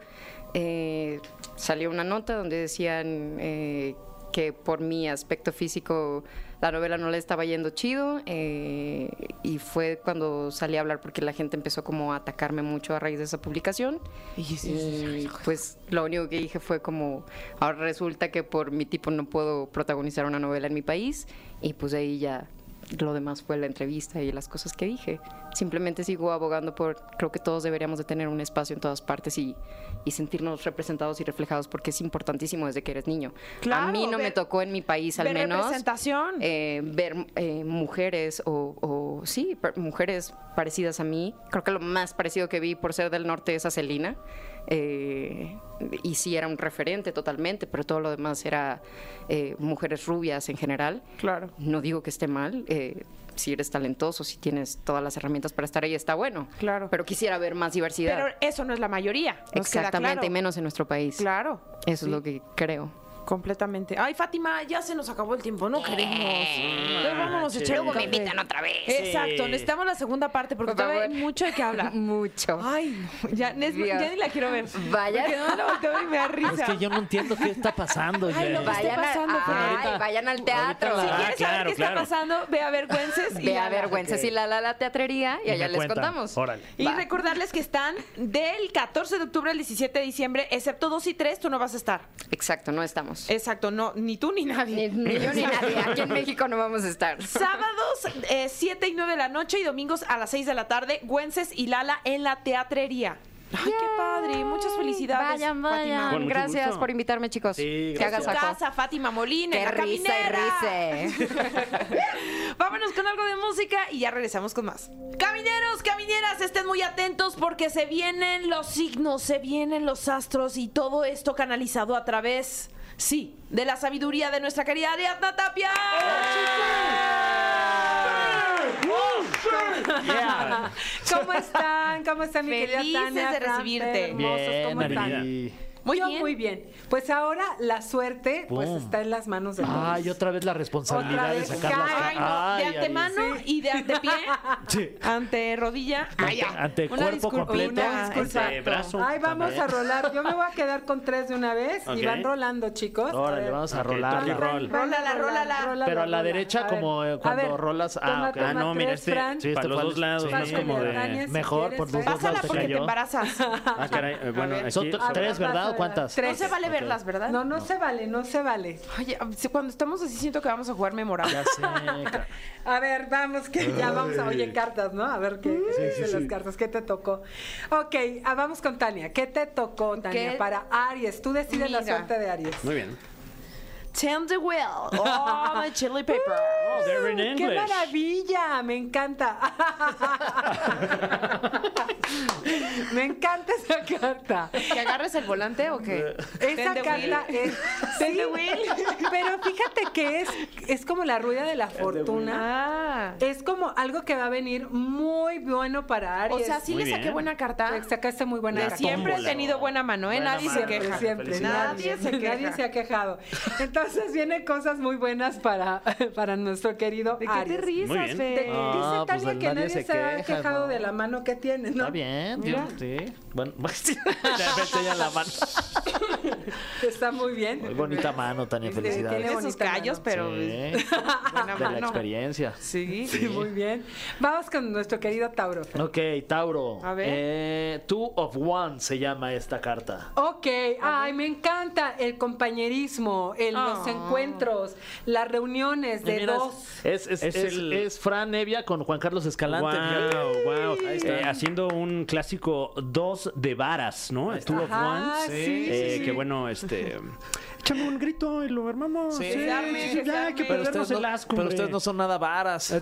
Speaker 5: eh, salió una nota donde decían eh, que por mi aspecto físico la novela no le estaba yendo chido eh, y fue cuando salí a hablar porque la gente empezó como a atacarme mucho a raíz de esa publicación. Y pues lo único que dije fue como, ahora resulta que por mi tipo no puedo protagonizar una novela en mi país y pues de ahí ya lo demás fue la entrevista y las cosas que dije. Simplemente sigo abogando por, creo que todos deberíamos de tener un espacio en todas partes y, y sentirnos representados y reflejados porque es importantísimo desde que eres niño.
Speaker 2: Claro,
Speaker 5: a mí no
Speaker 2: ver-
Speaker 5: me tocó en mi país al
Speaker 2: ver
Speaker 5: menos
Speaker 2: representación.
Speaker 5: eh, ver eh, mujeres o, o- sí, per- mujeres parecidas a mí. Creo que lo más parecido que vi por ser del norte es a Celina. Eh, y sí era un referente totalmente, pero todo lo demás era eh, mujeres rubias en general.
Speaker 2: Claro.
Speaker 5: No digo que esté mal. eh, si eres talentoso, si tienes todas las herramientas para estar ahí, está bueno.
Speaker 2: Claro.
Speaker 5: Pero quisiera ver más diversidad.
Speaker 2: Pero eso no es la mayoría. nos queda
Speaker 5: Exactamente, y
Speaker 2: claro.
Speaker 5: menos en nuestro país.
Speaker 2: Claro. Sí.
Speaker 5: Eso es lo que creo.
Speaker 2: Completamente. Ay, Fátima, ya se nos acabó el tiempo, no queremos.
Speaker 5: Eh.
Speaker 2: Pero vámonos a echar un café.
Speaker 5: otra vez.
Speaker 2: Exacto, necesitamos la segunda parte porque
Speaker 5: Por favor.
Speaker 2: todavía hay mucho de qué hablar.
Speaker 5: Mucho.
Speaker 2: Ay, no, ya, es-
Speaker 5: Dios.
Speaker 2: ya ni la quiero ver.
Speaker 5: Vaya.
Speaker 2: Porque no la volteo y me da risa.
Speaker 4: Es que yo no entiendo qué está pasando.
Speaker 2: Ay,
Speaker 4: Jen.
Speaker 2: lo vaya-
Speaker 5: Vayan,
Speaker 2: pasando, pues.
Speaker 5: a-
Speaker 2: Fer?
Speaker 5: ay,
Speaker 4: Ahorita-
Speaker 5: vayan al teatro.
Speaker 2: Si
Speaker 4: ahorita la-
Speaker 2: quieres saber
Speaker 3: claro,
Speaker 2: qué
Speaker 3: claro.
Speaker 2: está pasando, ve a vergüences y
Speaker 5: Ah, Ve a
Speaker 2: a la-
Speaker 5: vergüenzas y la la la teatrería y,
Speaker 4: Y
Speaker 5: allá
Speaker 4: me
Speaker 5: les
Speaker 4: cuentan.
Speaker 5: contamos.
Speaker 4: Órale.
Speaker 2: Y
Speaker 5: Va.
Speaker 2: recordarles que están del 14 de octubre al 17 de diciembre, excepto 2 y 3, tú no vas a estar.
Speaker 5: Exacto, no estamos.
Speaker 4: Eh,
Speaker 2: Exacto, no, ni tú ni
Speaker 5: Ni,
Speaker 2: nadie.
Speaker 5: ni yo ni nadie. Aquí en México no vamos a estar.
Speaker 2: Sábados eh, 7 y 9 de la noche y domingos a las 6 de la tarde, Güences y Lala en la teatrería. Ay, qué padre, muchas felicidades.
Speaker 5: Vayan,
Speaker 2: Fátima.
Speaker 3: Con
Speaker 5: vayan.
Speaker 3: mucho
Speaker 5: Gracias
Speaker 3: gusto.
Speaker 5: por invitarme, chicos.
Speaker 4: Sí,
Speaker 5: que haga
Speaker 2: Su
Speaker 5: saco.
Speaker 2: casa, Fátima Molina, en
Speaker 5: Qué
Speaker 2: la
Speaker 5: risa
Speaker 2: caminera.
Speaker 5: y risa.
Speaker 2: Vámonos con algo de música y ya regresamos con más. Camineros, camineras, estén muy atentos porque se vienen los signos, se vienen los astros y todo esto canalizado a través, sí, de la sabiduría de nuestra querida Ariadna Tapia.
Speaker 4: ¡Eh!
Speaker 6: ¿Cómo están? ¿Cómo están, mi querida
Speaker 2: Felices
Speaker 6: Tania?
Speaker 2: de
Speaker 6: Fran,
Speaker 2: recibirte.
Speaker 6: hermosos, ¿cómo
Speaker 4: Bien,
Speaker 6: están?
Speaker 4: Arimi.
Speaker 2: Muy
Speaker 6: Yo
Speaker 2: bien.
Speaker 6: muy bien. Pues ahora la suerte pues
Speaker 4: Pum.
Speaker 6: está en las manos de todos.
Speaker 4: Ay, otra vez la responsabilidad
Speaker 6: Otra
Speaker 4: de
Speaker 6: vez
Speaker 4: sacar las
Speaker 6: cae.
Speaker 2: Ay, no, de antemano y de antepié,
Speaker 4: Sí.
Speaker 2: ante rodilla, ay, ya.
Speaker 4: Ante
Speaker 2: Una
Speaker 4: cuerpo
Speaker 2: disculpa,
Speaker 4: completo,
Speaker 2: una disculpa.
Speaker 4: ante brazo.
Speaker 6: Ay, vamos a rolar. Yo me voy a quedar con tres de una vez
Speaker 3: Ok.
Speaker 6: y van rolando, chicos.
Speaker 4: Órale,
Speaker 6: ver.
Speaker 4: vamos a
Speaker 3: Ok,
Speaker 4: rolar.
Speaker 3: Tony
Speaker 6: Van-
Speaker 3: roll.
Speaker 6: van
Speaker 2: Rólala,
Speaker 6: rolando,
Speaker 2: rólala.
Speaker 4: Pero a la derecha,
Speaker 6: ver,
Speaker 4: como, eh,
Speaker 6: a
Speaker 4: cuando
Speaker 6: ver,
Speaker 4: rolas- ah,
Speaker 6: toma,
Speaker 4: ok.
Speaker 6: toma
Speaker 4: Ah,
Speaker 3: no, mira,
Speaker 6: tres,
Speaker 3: este-
Speaker 6: Fran.
Speaker 3: Sí, para los dos lados,
Speaker 6: Pásale
Speaker 3: es como
Speaker 6: la
Speaker 3: de-
Speaker 6: araña, si
Speaker 4: mejor,
Speaker 6: quieres,
Speaker 4: por dos
Speaker 6: Fran.
Speaker 2: Pásala
Speaker 4: te
Speaker 2: porque te
Speaker 4: cayó.
Speaker 2: embarazas.
Speaker 3: Ah, caray. eh, Bueno, aquí...
Speaker 4: Son t-
Speaker 6: A ver,
Speaker 4: tres, ¿verdad?
Speaker 6: vas
Speaker 4: ¿O
Speaker 6: a
Speaker 4: cuántas?
Speaker 6: ver.
Speaker 2: No se vale verlas, ¿verdad?
Speaker 6: No, no se vale, no se vale.
Speaker 2: Oye, si- cuando estamos así siento que vamos a jugar memorable.
Speaker 4: Ya sé, ca-
Speaker 6: A ver, vamos, que ya vamos a oye cartas, ¿no? A ver qué qué dicen las cartas, qué te tocó. Ok, ah, vamos con Tania. ¿Qué te tocó, Tania?
Speaker 5: ¿Qué?
Speaker 6: Para Aries, tú decides la
Speaker 5: Mira.
Speaker 6: suerte de Aries.
Speaker 3: Muy bien.
Speaker 2: Tend the wheel. Oh, my chili pepper.
Speaker 3: Oh, they're in
Speaker 6: ¡Qué
Speaker 3: English.
Speaker 6: maravilla! Me encanta. me encanta esa carta.
Speaker 5: ¿Que agarres el volante o qué?
Speaker 6: Esa
Speaker 2: Tend the
Speaker 6: carta
Speaker 2: wheel.
Speaker 6: es. Sí, pero fíjate que es, es como la rueda de la fortuna.
Speaker 2: Ah.
Speaker 6: Es como algo que va a venir muy bueno para
Speaker 2: O
Speaker 6: Aries.
Speaker 2: sea, sí
Speaker 3: Muy
Speaker 2: le saqué
Speaker 3: bien.
Speaker 2: buena carta.
Speaker 6: Le Sacaste muy buena
Speaker 2: De
Speaker 6: carta.
Speaker 2: siempre he
Speaker 3: tómbola.
Speaker 2: tenido buena mano, ¿eh?
Speaker 4: Buena
Speaker 2: Nadie se
Speaker 4: mano.
Speaker 6: Siempre,
Speaker 2: queja.
Speaker 6: siempre.
Speaker 2: Nadie se queja.
Speaker 6: Nadie se ha quejado. Entonces vienen cosas muy buenas para, para nuestro querido
Speaker 2: ¿De qué
Speaker 6: Aries.
Speaker 2: te
Speaker 3: Muy
Speaker 2: risas,
Speaker 3: bien.
Speaker 6: De-
Speaker 2: Fer?
Speaker 4: Ah. pues,
Speaker 6: dice Tania
Speaker 4: nadie
Speaker 6: que nadie
Speaker 4: se
Speaker 6: se, ha
Speaker 4: queja,
Speaker 6: quejado
Speaker 4: ¿no?
Speaker 6: de la mano que tiene, ¿no?
Speaker 4: Está bien,
Speaker 6: Mira.
Speaker 4: yo- sí. Bueno, de repente ya la mano.
Speaker 6: Está muy bien.
Speaker 4: Muy bonita mano, Tania,
Speaker 6: Sí, tiene
Speaker 4: felicidades.
Speaker 2: Tiene sus
Speaker 6: bonita
Speaker 2: callos,
Speaker 6: mano.
Speaker 2: pero
Speaker 4: Sí,
Speaker 2: buena
Speaker 4: de la
Speaker 2: mano.
Speaker 4: experiencia.
Speaker 2: Sí.
Speaker 6: Sí, muy bien. Vamos con nuestro querido Tauro.
Speaker 4: Ok, Tauro.
Speaker 2: A ver.
Speaker 4: Eh, Two of One se llama esta carta.
Speaker 6: Ok, ay, me encanta el compañerismo, el- los
Speaker 2: Ah.
Speaker 6: encuentros, las reuniones de
Speaker 4: Mira, es-
Speaker 6: dos.
Speaker 4: Eh, Es, es,
Speaker 3: Es
Speaker 4: es-
Speaker 3: el-
Speaker 4: es Fran Evia con Juan Carlos Escalante. fíjate.
Speaker 3: Wow, wow. Eh, haciendo un clásico dos de varas, ¿no? Two of
Speaker 6: Ajá,
Speaker 3: ones.
Speaker 6: sí, sí,
Speaker 3: Eh,
Speaker 6: sí.
Speaker 3: Que bueno, este. Échame un grito y lo armamos.
Speaker 4: Sí.
Speaker 2: se arme, que se
Speaker 3: ya hay
Speaker 2: arme.
Speaker 3: que
Speaker 2: Pero
Speaker 3: perdernos el asco.
Speaker 4: pero
Speaker 3: hombre.
Speaker 4: ustedes no son nada varas.
Speaker 2: Ah,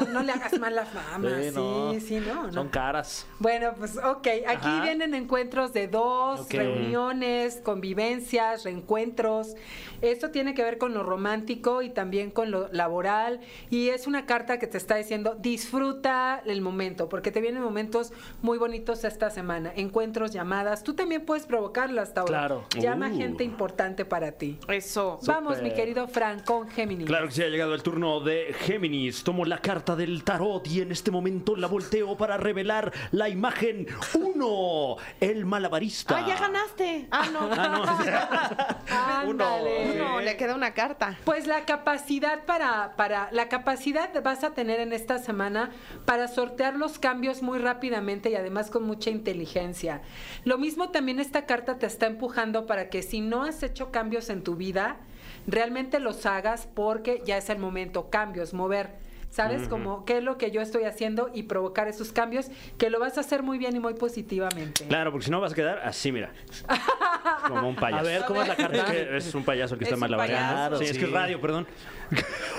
Speaker 6: No, no le hagas mala fama.
Speaker 4: Sí,
Speaker 6: Sí,
Speaker 4: no.
Speaker 6: sí, no, no.
Speaker 4: Son caras.
Speaker 6: Bueno, pues ok, aquí
Speaker 4: Ajá.
Speaker 6: vienen encuentros de dos,
Speaker 4: Ok.
Speaker 6: reuniones, convivencias, reencuentros. Esto tiene que ver con lo romántico y también con lo laboral. Y es una carta que te está diciendo, disfruta el momento, porque te vienen momentos muy bonitos esta semana. Encuentros, llamadas, tú también puedes provocarlas, Tauro.
Speaker 4: Claro.
Speaker 6: Llama a
Speaker 3: Uh.
Speaker 6: gente importante para ti.
Speaker 2: Eso.
Speaker 6: Vamos, mi
Speaker 4: Súper.
Speaker 6: querido Fran, con Géminis.
Speaker 3: Claro que sí, ha llegado el turno de Géminis. Tomo la carta carta del tarot y en este momento la volteo para revelar la imagen 1, el malabarista.
Speaker 2: Ah, ya ganaste. Ah, no.
Speaker 3: Uno.
Speaker 6: Ándale.
Speaker 2: No, le queda una carta.
Speaker 6: Pues la capacidad para, para la capacidad vas a tener en esta semana para sortear los cambios muy rápidamente y además con mucha inteligencia. Lo mismo también esta carta te está empujando para que si no has hecho cambios en tu vida, realmente los hagas porque ya es el momento. Cambios, mover. ¿Sabes? Como qué es lo que yo estoy haciendo y provocar esos cambios que lo vas a hacer muy bien y muy positivamente.
Speaker 3: Claro, porque si no vas a quedar así, mira. Como un payaso.
Speaker 4: A ver, ¿cómo es la carta?
Speaker 3: Es, que es un payaso el que
Speaker 2: Es
Speaker 3: está
Speaker 2: un
Speaker 3: malabareando.
Speaker 2: payaso.
Speaker 3: Sí, es que es
Speaker 4: Sí.
Speaker 3: radio, perdón.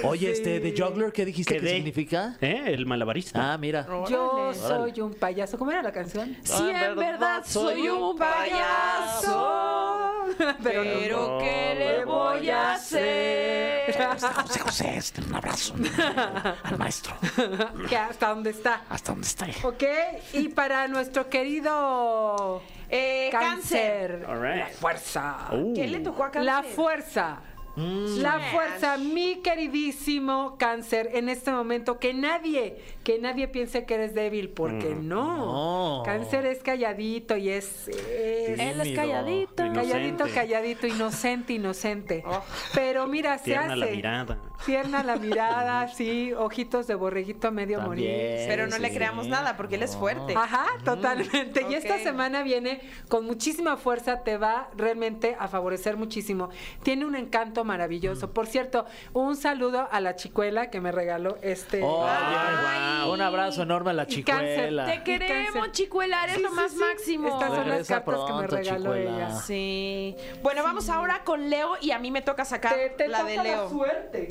Speaker 4: Oye, este, de juggler, ¿qué dijiste que
Speaker 3: Quedé.
Speaker 4: significa?
Speaker 3: ¿Eh? El malabarista.
Speaker 4: Ah, mira.
Speaker 6: Yo
Speaker 2: Órale.
Speaker 6: soy un payaso. ¿Cómo era la canción?
Speaker 2: Si en verdad soy un payaso, pero, ¿qué le voy a hacer?
Speaker 7: José José, este, un abrazo al maestro,
Speaker 6: Que hasta dónde está.
Speaker 7: hasta donde esté.
Speaker 6: Ok, y para nuestro querido
Speaker 2: Eh,
Speaker 6: cáncer,
Speaker 3: All right.
Speaker 6: la fuerza.
Speaker 3: Uh.
Speaker 2: ¿Qué le tocó a cáncer?
Speaker 6: La fuerza.
Speaker 3: Mm.
Speaker 6: La
Speaker 2: Yes.
Speaker 6: fuerza, mi queridísimo cáncer, en este momento que nadie, que nadie piense que eres débil, porque
Speaker 3: Mm.
Speaker 6: no.
Speaker 4: No.
Speaker 6: Cáncer es calladito y es, es-
Speaker 2: Él es
Speaker 4: Tímido.
Speaker 2: calladito. Oh.
Speaker 6: calladito,
Speaker 3: Inocente.
Speaker 6: calladito, inocente, inocente. Pero mira, se
Speaker 3: Tierna
Speaker 6: hace.
Speaker 3: la mirada.
Speaker 6: Tierna la mirada, sí, ojitos de borreguito a medio morir.
Speaker 4: También,
Speaker 2: Pero no le
Speaker 4: sí.
Speaker 2: creamos nada porque él es fuerte.
Speaker 6: Ajá,
Speaker 4: Mm,
Speaker 6: totalmente. Y esta
Speaker 2: ok.
Speaker 6: semana viene con muchísima fuerza, te va realmente a favorecer muchísimo. Tiene un encanto
Speaker 4: Mm.
Speaker 6: maravilloso. Por cierto, un saludo a la chicuela que me regaló este.
Speaker 4: Oh,
Speaker 2: Ay.
Speaker 4: wow. Un abrazo enorme a la
Speaker 6: Y cáncer,
Speaker 4: chicuela.
Speaker 2: Te queremos,
Speaker 6: Cáncer.
Speaker 2: chicuela, eres
Speaker 6: Sí,
Speaker 2: lo
Speaker 6: sí,
Speaker 2: más
Speaker 6: sí.
Speaker 2: máximo.
Speaker 6: Estas son las
Speaker 4: Regresa
Speaker 6: cartas que me
Speaker 4: pronto,
Speaker 6: regaló
Speaker 4: chicuela.
Speaker 6: ella.
Speaker 2: Sí. Bueno, vamos ahora con Leo y a mí me toca sacar
Speaker 6: Te, te
Speaker 2: la de
Speaker 6: toca
Speaker 2: Leo.
Speaker 6: la suerte.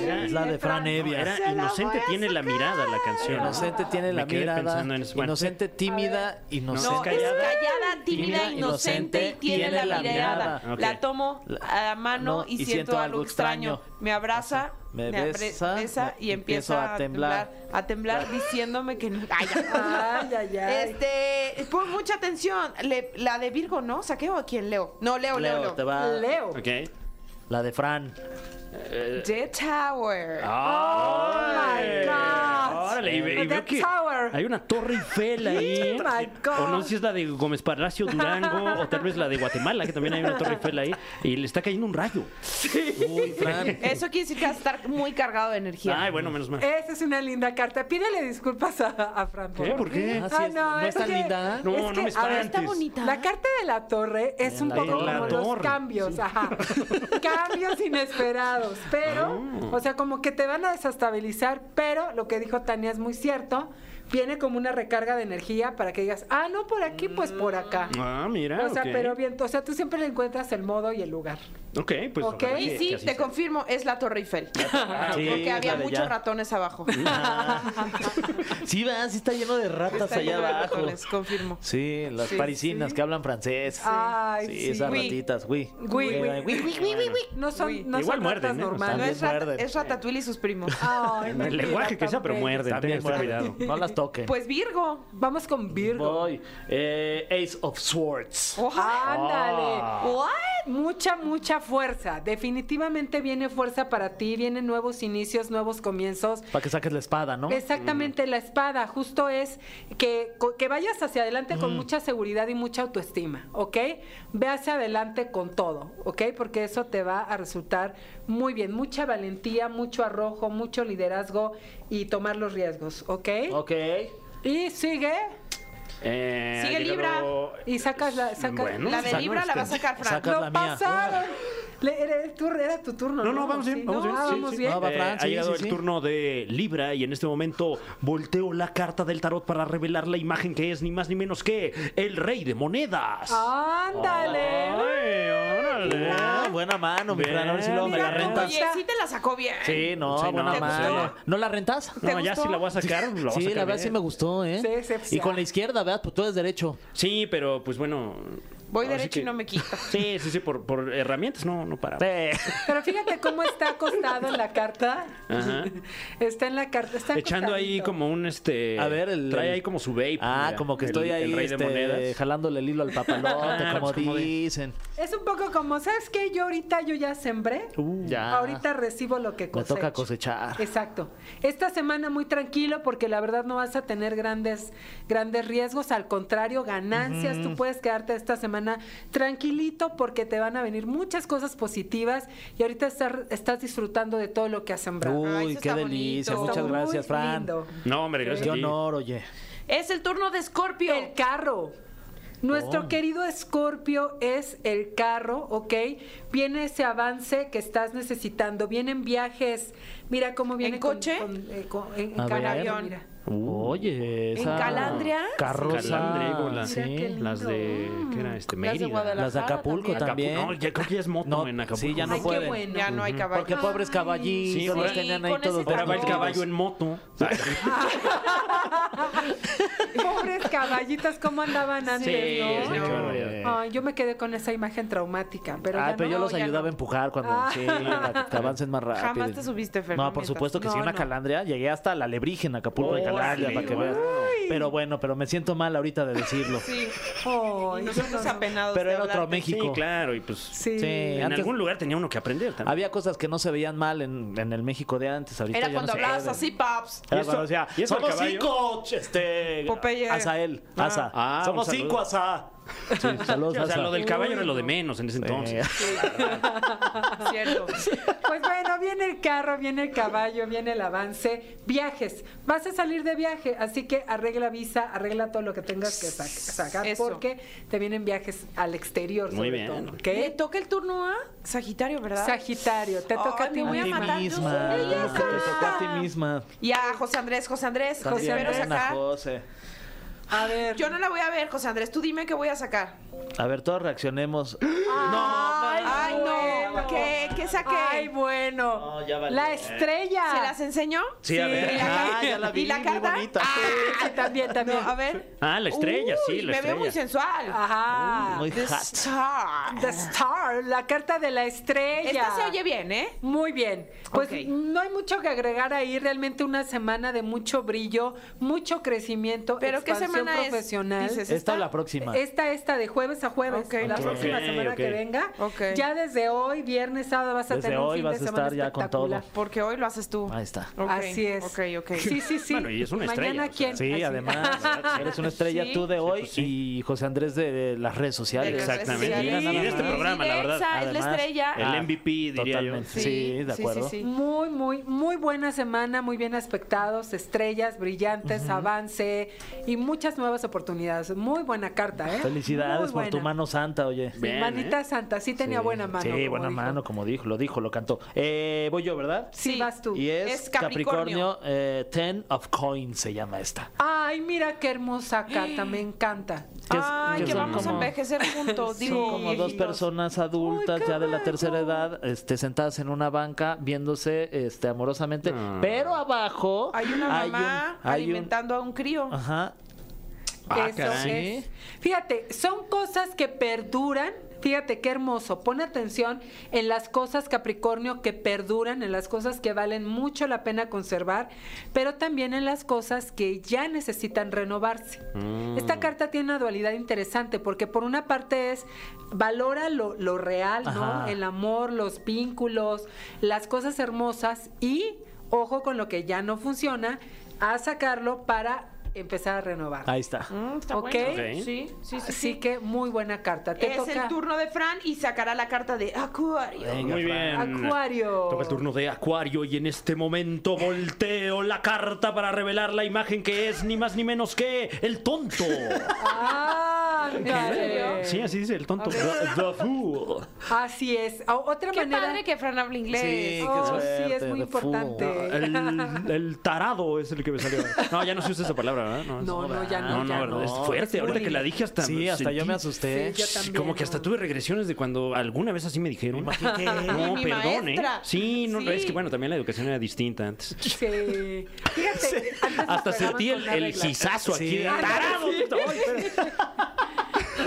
Speaker 3: Era-
Speaker 4: Es la de Fran Evia.
Speaker 3: Era
Speaker 2: Se la voy
Speaker 3: inocente
Speaker 2: a
Speaker 3: tiene la
Speaker 2: sacar.
Speaker 3: mirada la canción.
Speaker 4: Inocente tiene la
Speaker 3: Me quedé
Speaker 4: mirada.
Speaker 3: pensando en eso. Bueno.
Speaker 4: Inocente, tímida,
Speaker 2: No,
Speaker 3: Es
Speaker 4: inocente.
Speaker 2: es
Speaker 3: callada.
Speaker 2: callada, tímida, inocente y tiene la mirada.
Speaker 3: mirada. Ok.
Speaker 2: La tomo a la mano
Speaker 4: no,
Speaker 2: y, siento algo extraño. Me abraza,
Speaker 4: Me
Speaker 2: apre-
Speaker 4: besa,
Speaker 2: y
Speaker 4: me-
Speaker 2: empiezo a temblar, a temblar diciéndome que no. Ay, ya.
Speaker 6: Ay, ay, ay.
Speaker 2: Este, pon mucha atención. Le- la de Virgo, ¿no? ¿Saqué o a quién? Leo. No, Leo, Leo,
Speaker 4: Leo,
Speaker 2: Leo.
Speaker 4: te va.
Speaker 6: Leo.
Speaker 3: Ok.
Speaker 4: La de Fran.
Speaker 2: The Tower.
Speaker 6: Oh my
Speaker 3: Ay.
Speaker 6: God.
Speaker 3: Órale, y, ve- y
Speaker 6: The
Speaker 3: veo que
Speaker 6: Tower.
Speaker 3: hay una torre Eiffel ahí.
Speaker 6: Oh my God.
Speaker 3: O no sé si es la de Gómez Palacio Durango o tal vez la de Guatemala, que también hay una torre Eiffel ahí. Y le está cayendo un rayo.
Speaker 4: Uy, Fran.
Speaker 2: Eso quiere decir que vas a estar muy cargado de energía.
Speaker 3: Ay, bueno, menos mal.
Speaker 6: Esa es una linda carta. Pídele disculpas a, a Fran.
Speaker 3: ¿Qué? ¿Por qué?
Speaker 4: Ah, sí,
Speaker 6: Ah,
Speaker 4: es-
Speaker 6: no,
Speaker 4: no
Speaker 6: es
Speaker 4: es tan
Speaker 6: que-
Speaker 4: linda.
Speaker 3: No,
Speaker 6: es
Speaker 3: no me
Speaker 6: que, a ver,
Speaker 3: espantes.
Speaker 2: está bonita.
Speaker 6: La carta de la torre es un
Speaker 4: la
Speaker 6: poco
Speaker 4: torre.
Speaker 6: como
Speaker 4: La
Speaker 6: los
Speaker 3: torre.
Speaker 6: cambios, ajá. cambios inesperados, pero,
Speaker 3: Ah.
Speaker 6: o sea, como que te van a desestabilizar, pero lo que dijo Tania es muy cierto, viene como una recarga de energía para que digas, ah, no por aquí, pues
Speaker 2: Mm.
Speaker 6: por acá.
Speaker 3: Ah, mira.
Speaker 6: o sea,
Speaker 3: ok.
Speaker 6: pero bien, o sea, tú siempre le encuentras el modo y el lugar.
Speaker 3: Ok, pues.
Speaker 6: Ok,
Speaker 3: ojalá
Speaker 6: y
Speaker 3: que-
Speaker 2: sí,
Speaker 3: que
Speaker 2: te
Speaker 3: así sea.
Speaker 2: confirmo, es la Torre Eiffel.
Speaker 4: sí,
Speaker 2: porque
Speaker 4: es
Speaker 2: había
Speaker 4: la de
Speaker 2: muchos
Speaker 4: ya.
Speaker 2: ratones abajo.
Speaker 4: Sí, va, sí está lleno de ratas
Speaker 2: Está
Speaker 4: allá
Speaker 2: lleno de
Speaker 4: abajo.
Speaker 2: ratones, confirmo.
Speaker 4: Sí, las
Speaker 2: Sí,
Speaker 4: parisinas que hablan francés.
Speaker 6: Ay,
Speaker 4: sí,
Speaker 6: sí.
Speaker 4: esas
Speaker 2: Oui.
Speaker 4: ratitas, güey.
Speaker 6: Oui, oui. No
Speaker 2: Uy.
Speaker 6: son, no
Speaker 3: Igual
Speaker 6: son
Speaker 3: muerden,
Speaker 6: ratas
Speaker 3: ¿eh? O sea,
Speaker 2: No
Speaker 6: normales.
Speaker 2: es, rat
Speaker 4: muerden.
Speaker 2: es Ratatouille y sus primos.
Speaker 4: Ah,
Speaker 3: En
Speaker 6: Ay,
Speaker 3: el
Speaker 6: mentira,
Speaker 3: lenguaje que sea,
Speaker 6: tan
Speaker 3: pero
Speaker 6: bellos.
Speaker 3: muerden.
Speaker 4: También,
Speaker 3: tengan
Speaker 4: güey.
Speaker 3: cuidado.
Speaker 4: No las toquen.
Speaker 2: Pues Virgo.
Speaker 6: Vamos con Virgo.
Speaker 4: Voy. Eh, Ace of Swords.
Speaker 2: Oh.
Speaker 6: Ándale.
Speaker 4: Ah.
Speaker 2: What?
Speaker 6: Mucha, mucha fuerza. Definitivamente viene fuerza para ti, vienen nuevos inicios, nuevos comienzos.
Speaker 4: Para que saques la espada, ¿no?
Speaker 2: Este.
Speaker 4: Mm.
Speaker 6: Exactamente, la espada justo es que, co- que vayas hacia adelante
Speaker 4: Mm.
Speaker 6: con mucha seguridad y mucha autoestima, ¿ok? Ve hacia adelante con todo, ¿ok? Porque eso te va a resultar muy bien. Mucha valentía, mucho arrojo, mucho liderazgo y tomar los riesgos, ¿ok?
Speaker 4: Ok.
Speaker 6: Y sigue
Speaker 3: Eh, ha
Speaker 2: Sigue
Speaker 3: llegado-
Speaker 6: y sacas la... sacas-
Speaker 3: Bueno,
Speaker 2: La de
Speaker 3: saca-
Speaker 2: Libra la va a sacar Fran.
Speaker 4: Saca- Sacas
Speaker 6: ¡Lo
Speaker 4: la mía.
Speaker 6: pasaron! Le- era, el turno- era tu turno.
Speaker 3: No, no, vamos bien,
Speaker 6: Sí.
Speaker 3: vamos bien.
Speaker 6: Ah,
Speaker 3: sí,
Speaker 6: vamos
Speaker 3: sí.
Speaker 6: bien.
Speaker 4: No, va
Speaker 3: Eh,
Speaker 4: Fran,
Speaker 3: ha
Speaker 4: sí,
Speaker 3: llegado
Speaker 4: sí,
Speaker 3: el
Speaker 4: sí.
Speaker 3: turno de Libra y en este momento volteo la carta del tarot para revelar la imagen que es ni más ni menos que el rey de monedas.
Speaker 6: ¡Ándale!
Speaker 3: Ay, órale.
Speaker 4: Ah, buena mano, mi
Speaker 3: Bien.
Speaker 4: Fran. A ver si luego me
Speaker 3: Mira
Speaker 4: la
Speaker 3: cómo
Speaker 4: rentas.
Speaker 2: Oye, sí te la sacó bien.
Speaker 4: Sí, no,
Speaker 3: Sí, no,
Speaker 4: buena
Speaker 3: pues,
Speaker 4: mano.
Speaker 3: oye.
Speaker 4: ¿No la rentas?
Speaker 3: No, ya si la voy a sacar. la voy a
Speaker 4: Sí,
Speaker 3: sacar
Speaker 4: la verdad
Speaker 3: bien.
Speaker 4: sí me gustó, ¿eh?
Speaker 6: Sí, sí, sí.
Speaker 4: Y con la izquierda, ¿verdad? Pues tú eres derecho.
Speaker 3: Sí, pero pues bueno,
Speaker 2: Voy
Speaker 3: Ahora sí
Speaker 2: derecho
Speaker 3: que-
Speaker 2: y no me quito.
Speaker 3: Sí, sí, sí, por, por herramientas, no, no para.
Speaker 6: Pero fíjate cómo está acostado en la carta.
Speaker 3: Ajá.
Speaker 6: Está en la carta. Está
Speaker 3: Echando ahí
Speaker 6: acostadito.
Speaker 3: como un este.
Speaker 4: A ver, el-
Speaker 3: Trae
Speaker 4: el-
Speaker 3: ahí como su vape.
Speaker 4: Ah,
Speaker 3: mira,
Speaker 4: como que
Speaker 3: el-
Speaker 4: estoy ahí
Speaker 3: El rey de
Speaker 4: este,
Speaker 3: monedas.
Speaker 4: jalándole el hilo al papalote,
Speaker 3: Ah,
Speaker 4: como
Speaker 3: pues, como de-
Speaker 4: dicen.
Speaker 6: Es un poco como, ¿sabes qué? Yo ahorita yo ya sembré.
Speaker 4: ya.
Speaker 6: Ahorita recibo lo que
Speaker 4: Me
Speaker 6: cosecho.
Speaker 4: toca cosechar.
Speaker 6: Exacto. Esta semana muy tranquilo porque la verdad no vas a tener grandes, grandes riesgos, al contrario, ganancias. Tú puedes quedarte esta semana tranquilito porque te van a venir muchas cosas positivas y ahorita estás, estás disfrutando de todo lo que has sembrado.
Speaker 4: Uy,
Speaker 2: Ah, eso
Speaker 4: qué
Speaker 2: está
Speaker 4: delicia.
Speaker 2: bonito.
Speaker 4: Muchas
Speaker 6: Está
Speaker 4: gracias,
Speaker 6: muy
Speaker 4: Fran.
Speaker 6: lindo.
Speaker 3: No, hombre, gracias.
Speaker 4: Qué
Speaker 3: a ti.
Speaker 4: honor, oye.
Speaker 2: Es el turno de Scorpio.
Speaker 6: El carro. Nuestro
Speaker 4: Oh.
Speaker 6: querido Escorpio es el carro, ¿ok? Viene ese avance que estás necesitando. Vienen viajes. Mira cómo viene.
Speaker 2: ¿En
Speaker 6: con-
Speaker 2: coche?
Speaker 6: con- eh, con- en en
Speaker 4: A ver.
Speaker 6: canavión, mira.
Speaker 4: Oh, Oye, esa.
Speaker 2: Calandria?
Speaker 4: Carroza.
Speaker 3: Uh. Calandria, digo, la-
Speaker 6: Mira qué lindo.
Speaker 3: Las de. ¿Qué era este?
Speaker 2: Las de
Speaker 3: Mérida.
Speaker 2: Guadalajara.
Speaker 4: Las de
Speaker 2: Guadalajara
Speaker 4: Acapulco también.
Speaker 3: Acapulco. No, ya creo que ya es moto
Speaker 4: No,
Speaker 3: en Acapulco.
Speaker 4: sí, ya no
Speaker 6: Ay, qué
Speaker 4: pueden.
Speaker 6: bueno.
Speaker 2: Ya no hay caballo.
Speaker 4: Porque pobres caballitos
Speaker 3: Sí,
Speaker 4: los
Speaker 3: güey.
Speaker 4: tenían ahí
Speaker 2: Con ese
Speaker 4: todos.
Speaker 3: Ahora va el
Speaker 2: No.
Speaker 3: caballo en moto.
Speaker 6: Ah, Pobres caballitas, ¿cómo andaban antes?
Speaker 3: Sí,
Speaker 6: no?
Speaker 3: sí, qué barbaridad.
Speaker 6: Ay, yo me quedé con esa imagen traumática, pero
Speaker 4: Ay,
Speaker 6: ya
Speaker 4: Ah, pero
Speaker 6: no.
Speaker 4: yo los
Speaker 2: ya no.
Speaker 4: ayudaba a empujar cuando
Speaker 6: Ah.
Speaker 4: sí, para que te avancen más rápido.
Speaker 2: Jamás te subiste, Fer,
Speaker 4: No,
Speaker 2: no
Speaker 4: por
Speaker 2: mientas.
Speaker 4: supuesto que sí,
Speaker 2: No,
Speaker 4: una
Speaker 2: no. Oh,
Speaker 4: calandria. Llegué hasta la lebrige en Acapulco de
Speaker 3: Órale,
Speaker 4: Calandria, para que veas.
Speaker 3: wow.
Speaker 4: Pero bueno, pero me siento mal ahorita de decirlo.
Speaker 2: Sí.
Speaker 6: Ay,
Speaker 2: Y nosotros
Speaker 6: no, no.
Speaker 2: apenados.
Speaker 4: Pero
Speaker 2: de
Speaker 4: era otro
Speaker 2: hablarte.
Speaker 4: México.
Speaker 3: Sí, claro, y pues.
Speaker 6: Sí.
Speaker 4: Sí.
Speaker 3: En
Speaker 4: antes-
Speaker 3: algún lugar tenía uno que aprender también.
Speaker 4: Había cosas que no se veían mal en, en el México de antes. Ahorita
Speaker 2: Era
Speaker 4: ya
Speaker 2: cuando
Speaker 4: no se
Speaker 2: hablabas
Speaker 4: puede.
Speaker 2: así, paps.
Speaker 4: Era
Speaker 3: ¿Y eso-
Speaker 4: cuando decía,
Speaker 3: y eso el
Speaker 4: somos
Speaker 3: caballo?
Speaker 4: cinco, ch- este,
Speaker 2: Popeye.
Speaker 4: Asael,
Speaker 2: Ah.
Speaker 4: Asa.
Speaker 3: Ah, un
Speaker 4: somos
Speaker 3: saludo.
Speaker 4: cinco, Asa. Sí, saludos,
Speaker 3: Sí, o sea,
Speaker 4: Asa.
Speaker 3: lo del caballo era lo de menos en ese entonces.
Speaker 2: Cierto.
Speaker 6: Pues bueno, viene el carro, viene el caballo, viene el avance. Viajes. Vas a salir de viaje, así que arregla visa, arregla todo lo que tengas que sa- sacar,
Speaker 2: Eso.
Speaker 6: porque te vienen viajes al exterior.
Speaker 3: Muy
Speaker 6: sobre
Speaker 3: bien.
Speaker 6: todo,
Speaker 4: ¿Eh?
Speaker 6: ¿ok?
Speaker 2: Le toca el turno a Sagitario, ¿verdad?
Speaker 6: Sagitario, te
Speaker 2: Ay,
Speaker 6: toca a ti
Speaker 2: me voy a
Speaker 6: misma.
Speaker 4: ti
Speaker 2: matar yo
Speaker 4: misma.
Speaker 2: sola. Ella
Speaker 4: Te tocó a ti
Speaker 2: sola.
Speaker 4: misma.
Speaker 2: y a José Andrés, José Andrés, ¿ah? José
Speaker 4: También,
Speaker 2: espero
Speaker 4: Ana
Speaker 2: sacar.
Speaker 4: José.
Speaker 6: A ver.
Speaker 2: Yo no la voy a ver, José Andrés. Tú dime qué voy a sacar.
Speaker 4: A ver, todos reaccionemos.
Speaker 6: Ay,
Speaker 2: Ay, no.
Speaker 6: bueno.
Speaker 2: ¿Qué, ¿Qué saqué?
Speaker 6: Ay, bueno.
Speaker 4: No, ya valió.
Speaker 6: La estrella.
Speaker 2: ¿Se las enseñó?
Speaker 4: Sí, a ver.
Speaker 2: ¿Y la,
Speaker 4: Ah, ya la
Speaker 2: ¿Y
Speaker 4: vi,
Speaker 2: la
Speaker 4: muy
Speaker 2: carta?
Speaker 4: bonita.
Speaker 6: Ah, Sí, también, también.
Speaker 2: No, a ver.
Speaker 3: Ah, la estrella, sí,
Speaker 2: Uy,
Speaker 3: la
Speaker 2: me veo muy
Speaker 3: estrella.
Speaker 2: sensual.
Speaker 6: Ajá.
Speaker 4: Muy
Speaker 2: The
Speaker 4: hot.
Speaker 2: Star.
Speaker 6: The Star, la carta de la estrella.
Speaker 2: Esta se oye bien, ¿eh?
Speaker 6: Muy bien. Pues
Speaker 2: Ok.
Speaker 6: no hay mucho que agregar ahí. Realmente una semana de mucho brillo, mucho crecimiento,
Speaker 2: ¿Pero qué
Speaker 6: expansión
Speaker 2: semana es?
Speaker 6: profesional.
Speaker 2: Dices,
Speaker 4: Esta o la próxima.
Speaker 6: Esta, esta, de jueves a jueves.
Speaker 2: Ok.
Speaker 6: La
Speaker 2: Ok,
Speaker 6: próxima semana
Speaker 3: ok.
Speaker 6: que venga.
Speaker 2: Ok.
Speaker 6: Ya desde hoy, viernes, sábado, vas a
Speaker 4: Desde
Speaker 6: tener un
Speaker 4: hoy
Speaker 6: fin
Speaker 4: vas a
Speaker 6: de semana
Speaker 4: estar ya con
Speaker 6: espectacular.
Speaker 4: todo.
Speaker 2: Porque hoy lo haces tú.
Speaker 4: Ahí está.
Speaker 2: Ok,
Speaker 6: Así es.
Speaker 2: Ok, ok.
Speaker 6: Sí, sí, sí.
Speaker 3: Bueno, y es una estrella,
Speaker 6: Mañana
Speaker 3: o sea.
Speaker 6: quién.
Speaker 4: Sí,
Speaker 6: Así.
Speaker 4: además, eres una estrella
Speaker 2: Sí.
Speaker 4: tú de hoy
Speaker 3: pues sí.
Speaker 4: y José Andrés de, de las redes sociales.
Speaker 2: De las redes
Speaker 3: Exactamente.
Speaker 2: sociales.
Speaker 3: Y de este programa, la
Speaker 2: Esa
Speaker 3: verdad.
Speaker 2: es la
Speaker 4: Además, ah,
Speaker 2: estrella.
Speaker 3: El MVP, diría
Speaker 4: Totalmente.
Speaker 3: yo.
Speaker 4: Sí, de acuerdo.
Speaker 2: Sí, sí.
Speaker 6: Muy, muy, muy buena semana, muy bien aspectados, estrellas, brillantes, avance y muchas nuevas oportunidades. Muy buena carta, ¿eh?
Speaker 4: Felicidades
Speaker 6: Muy
Speaker 4: por tu
Speaker 6: buena.
Speaker 4: mano santa, oye.
Speaker 6: Sí,
Speaker 3: Bien,
Speaker 6: manita
Speaker 3: ¿eh?
Speaker 6: santa, sí tenía
Speaker 4: Sí.
Speaker 6: buena mano.
Speaker 4: Sí,
Speaker 6: como
Speaker 4: buena
Speaker 6: dijo.
Speaker 4: mano, como dijo, lo dijo, lo cantó. Eh, voy yo, ¿verdad?
Speaker 6: Sí,
Speaker 2: Sí.
Speaker 6: vas tú.
Speaker 4: Y es,
Speaker 2: Es Capricornio.
Speaker 4: Capricornio, eh, Ten of Coins se llama esta.
Speaker 6: Ay, mira qué hermosa carta, me encanta.
Speaker 4: Que es-
Speaker 2: Ay,
Speaker 4: que
Speaker 2: que
Speaker 4: son
Speaker 2: vamos
Speaker 4: como-
Speaker 2: a envejecer juntos.
Speaker 4: Son
Speaker 2: digo,
Speaker 4: como dos
Speaker 2: viejitos.
Speaker 4: personas adultas
Speaker 6: Oh, Ay, qué
Speaker 4: ya de la tercera
Speaker 6: bello.
Speaker 4: edad, este, sentadas en una banca, viéndose este, amorosamente.
Speaker 3: Ah.
Speaker 4: Pero abajo
Speaker 2: Hay una
Speaker 4: un-
Speaker 2: mamá
Speaker 4: hay un-
Speaker 2: alimentando a un crío.
Speaker 4: Ajá.
Speaker 3: Ah,
Speaker 6: Eso
Speaker 3: caray.
Speaker 6: es. Fíjate, son cosas que perduran. Fíjate qué hermoso. Pon atención en las cosas Capricornio que perduran, en las cosas que valen mucho la pena conservar, pero también en las cosas que ya necesitan renovarse.
Speaker 3: Mm.
Speaker 6: Esta carta tiene una dualidad interesante porque por una parte es valora lo, lo real, ¿no?
Speaker 4: Ajá.
Speaker 6: El amor, los vínculos, las cosas hermosas y ojo con lo que ya no funciona, a sacarlo para empezar a renovar.
Speaker 4: Ahí está.
Speaker 2: Mm, está
Speaker 6: Ok.
Speaker 2: bueno.
Speaker 3: Ok.
Speaker 2: Sí, sí, sí.
Speaker 6: Así
Speaker 2: sí.
Speaker 6: que muy buena carta. Te
Speaker 2: es
Speaker 6: toca
Speaker 2: el turno de Fran y sacará la carta de Acuario.
Speaker 4: Venga,
Speaker 3: Muy bien.
Speaker 6: Acuario.
Speaker 3: Toca el turno de Acuario y en este momento volteo la carta para revelar la imagen que es ni más ni menos que el tonto.
Speaker 6: Ah, ándale.
Speaker 3: Sí, así dice el tonto. The, the fool.
Speaker 6: Así es. O- otra
Speaker 2: Qué
Speaker 6: manera.
Speaker 2: padre que Fran habla inglés.
Speaker 4: Sí, qué
Speaker 6: Oh,
Speaker 4: suerte,
Speaker 6: sí, es muy
Speaker 4: de
Speaker 6: importante.
Speaker 4: fútbol.
Speaker 3: El, el tarado es el que me salió. No, ya no se usa esa palabra, ¿verdad?
Speaker 6: No, no, ya no,
Speaker 3: No,
Speaker 6: ya
Speaker 3: ¿verdad?
Speaker 4: no.
Speaker 3: Es fuerte. Ahorita
Speaker 6: bullying.
Speaker 3: que la dije hasta.
Speaker 4: Sí, hasta yo
Speaker 3: sentí-
Speaker 4: me asusté.
Speaker 6: Sí, yo
Speaker 3: Sí,
Speaker 6: también,
Speaker 3: como que
Speaker 6: ¿no?
Speaker 3: hasta tuve regresiones de cuando alguna vez así me dijeron. No,
Speaker 2: Mi
Speaker 3: perdón, ¿eh?
Speaker 2: maestra.
Speaker 3: Sí, no,
Speaker 2: Sí.
Speaker 3: es que bueno, también la educación era distinta antes.
Speaker 6: Sí. Fíjate. antes nos
Speaker 3: Hasta
Speaker 6: pegaban
Speaker 3: sentí
Speaker 6: con
Speaker 3: el,
Speaker 6: una
Speaker 3: el
Speaker 6: regla.
Speaker 3: gizazo
Speaker 4: Sí.
Speaker 3: aquí. de
Speaker 4: Ah,
Speaker 3: ¡Tarado! Ay, espera.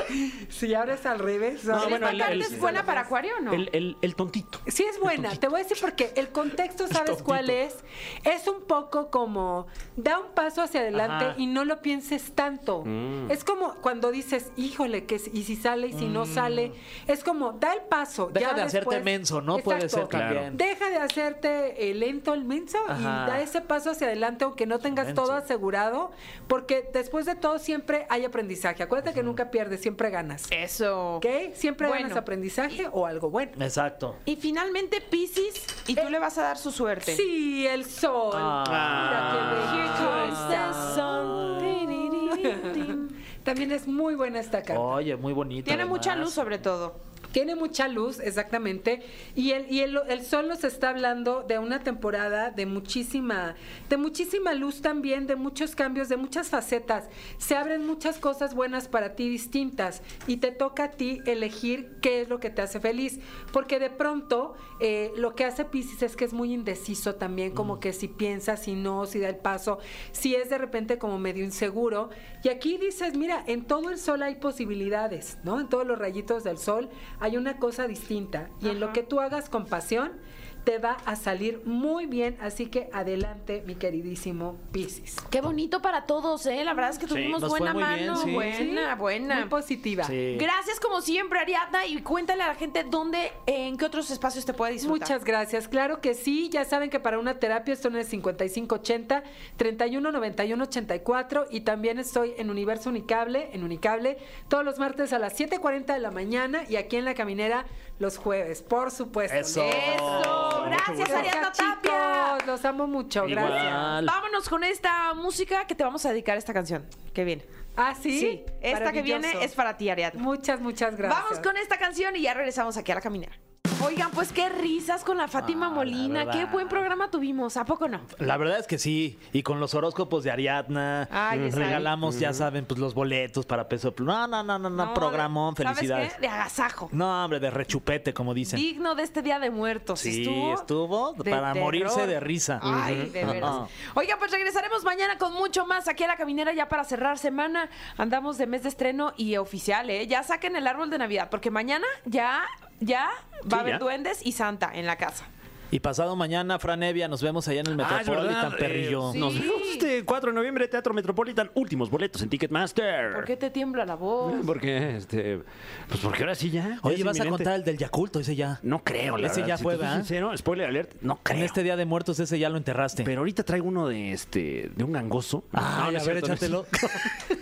Speaker 6: Sí, Si ahora es al revés.
Speaker 2: No,
Speaker 6: ahora-
Speaker 3: bueno, el-
Speaker 2: ¿Bacarte
Speaker 3: el-
Speaker 2: es buena para acuario o no?
Speaker 3: El, el- el tontito.
Speaker 6: Sí es buena, te voy a decir porque el contexto, ¿sabes cuál es? Es un poco como, da un paso hacia adelante
Speaker 3: Ajá.
Speaker 6: y no lo pienses tanto.
Speaker 4: Mm.
Speaker 6: Es como cuando dices, híjole, que si- y si sale y si no sale, es como, da el paso.
Speaker 4: Mm. Deja
Speaker 6: ya
Speaker 4: de hacerte
Speaker 6: después-
Speaker 4: menso, ¿no? Puede ser
Speaker 6: Exacto.
Speaker 4: también.
Speaker 6: Deja de hacerte eh, lento el menso
Speaker 4: Ajá.
Speaker 6: y da ese paso hacia adelante aunque no tengas
Speaker 4: Menso.
Speaker 6: todo asegurado, porque después de todo siempre hay aprendizaje. Acuérdate que nunca pierdes, siempre ganas.
Speaker 4: Eh.
Speaker 2: Eso.
Speaker 6: ¿Ok? Siempre
Speaker 2: Bueno.
Speaker 6: ganas aprendizaje o algo bueno.
Speaker 4: Exacto.
Speaker 2: Y finalmente Piscis, y tú le vas a dar su suerte.
Speaker 6: Sí, el sol. También es muy buena esta carta.
Speaker 4: Oye, muy bonito.
Speaker 2: Tiene
Speaker 4: además.
Speaker 2: mucha luz sobre todo.
Speaker 6: Tiene mucha luz, exactamente. Y el, y el, el sol nos está hablando de una temporada de muchísima, de muchísima luz también, de muchos cambios, de muchas facetas. Se abren muchas cosas buenas para ti distintas. Y te toca a ti elegir qué es lo que te hace feliz. Porque de pronto eh, lo que hace Pisces es que es muy indeciso también,
Speaker 2: Mm.
Speaker 6: como que si piensa, si no, si da el paso, si es de repente como medio inseguro. Y aquí dices, mira, en todo el sol hay posibilidades, ¿no? En todos los rayitos del sol hay una cosa distinta. Y en lo que tú hagas con pasión, te va a salir muy bien. Así que adelante, mi queridísimo Piscis.
Speaker 2: Qué bonito para todos, ¿eh? La verdad es que tuvimos
Speaker 4: nos fue
Speaker 2: buena
Speaker 4: muy bien,
Speaker 2: mano.
Speaker 4: sí.
Speaker 2: Buena,
Speaker 6: Sí,
Speaker 2: buena.
Speaker 6: Muy positiva.
Speaker 4: Sí.
Speaker 2: Gracias como siempre, Ariadna, y cuéntale a la gente dónde, en qué otros espacios te puede disfrutar.
Speaker 6: Muchas gracias, claro que sí. Ya saben que para una terapia estoy en el 5580 319184 y también estoy en Universo Unicable, en Unicable, todos los martes a las 7:40 de la mañana y aquí en La Caminera los jueves, por supuesto.
Speaker 4: Eso.
Speaker 2: Eso, gracias Ariadna Tapia.
Speaker 6: chicos, los amo mucho,
Speaker 4: Igual.
Speaker 6: gracias.
Speaker 2: Vámonos con esta música que te vamos a dedicar a esta canción que viene.
Speaker 6: Ah, sí.
Speaker 2: esta que viene
Speaker 6: Maravilloso.
Speaker 2: es para ti, Ariadna.
Speaker 6: Muchas, muchas gracias.
Speaker 2: Vamos con esta canción y ya regresamos aquí a la caminera. Oigan, pues qué risas con la Fátima
Speaker 4: Ah, la
Speaker 2: Molina. Qué
Speaker 4: verdad.
Speaker 2: buen programa tuvimos. ¿A poco no?
Speaker 4: La verdad es que sí, y con los horóscopos de Ariadna,
Speaker 2: Ay,
Speaker 4: mm,
Speaker 2: está bien.
Speaker 4: regalamos, ya saben, pues los boletos para peso pluma. No, no, no, no, no,
Speaker 2: No,
Speaker 4: programón,
Speaker 2: ¿sabes qué?
Speaker 4: felicidades.
Speaker 2: De agasajo.
Speaker 4: No, hombre, de rechupete, como dicen.
Speaker 2: Digno de este Día de Muertos.
Speaker 4: Sí,
Speaker 2: estuvo,
Speaker 4: estuvo
Speaker 2: de
Speaker 4: para morirse de risa.
Speaker 2: Ay, de
Speaker 4: Ujú. Ah.
Speaker 2: veras.
Speaker 4: Ajá.
Speaker 2: Oiga, pues regresaremos mañana con mucho más aquí a La Caminera ya para cerrar semana. Andamos de mes de estreno y oficial, ¿eh? Ya saquen el árbol de Navidad porque mañana ya, ya va a haber
Speaker 3: ya.
Speaker 2: duendes y Santa en la casa.
Speaker 4: Y pasado mañana, Fran Evia, nos vemos allá en el
Speaker 3: Ah, es
Speaker 4: Metropolitan
Speaker 3: verdad,
Speaker 4: Perrillo.
Speaker 3: eh,
Speaker 2: sí.
Speaker 4: No,
Speaker 3: Nos vemos este 4 de noviembre, Teatro Metropolitan. Últimos boletos en Ticketmaster.
Speaker 2: ¿Por qué te tiembla la voz?
Speaker 3: Eh, Porque, este, pues porque ahora sí ya. ya
Speaker 4: Oye,
Speaker 3: es
Speaker 4: ¿vas a
Speaker 3: inminente.
Speaker 4: contar el del Yaculto? Ese ya.
Speaker 3: No creo, la
Speaker 4: Ese
Speaker 3: verdad.
Speaker 4: ya
Speaker 3: Si
Speaker 4: fue,
Speaker 3: te soy
Speaker 4: ¿verdad?
Speaker 3: sincero, spoiler alert, no creo.
Speaker 4: En este Día de Muertos, ese ya lo enterraste.
Speaker 3: Pero ahorita traigo uno de este, de un gangoso.
Speaker 4: Ay,
Speaker 3: Ah, no, no
Speaker 4: a
Speaker 3: es
Speaker 4: ver,
Speaker 3: cierto, no es
Speaker 4: échatelo.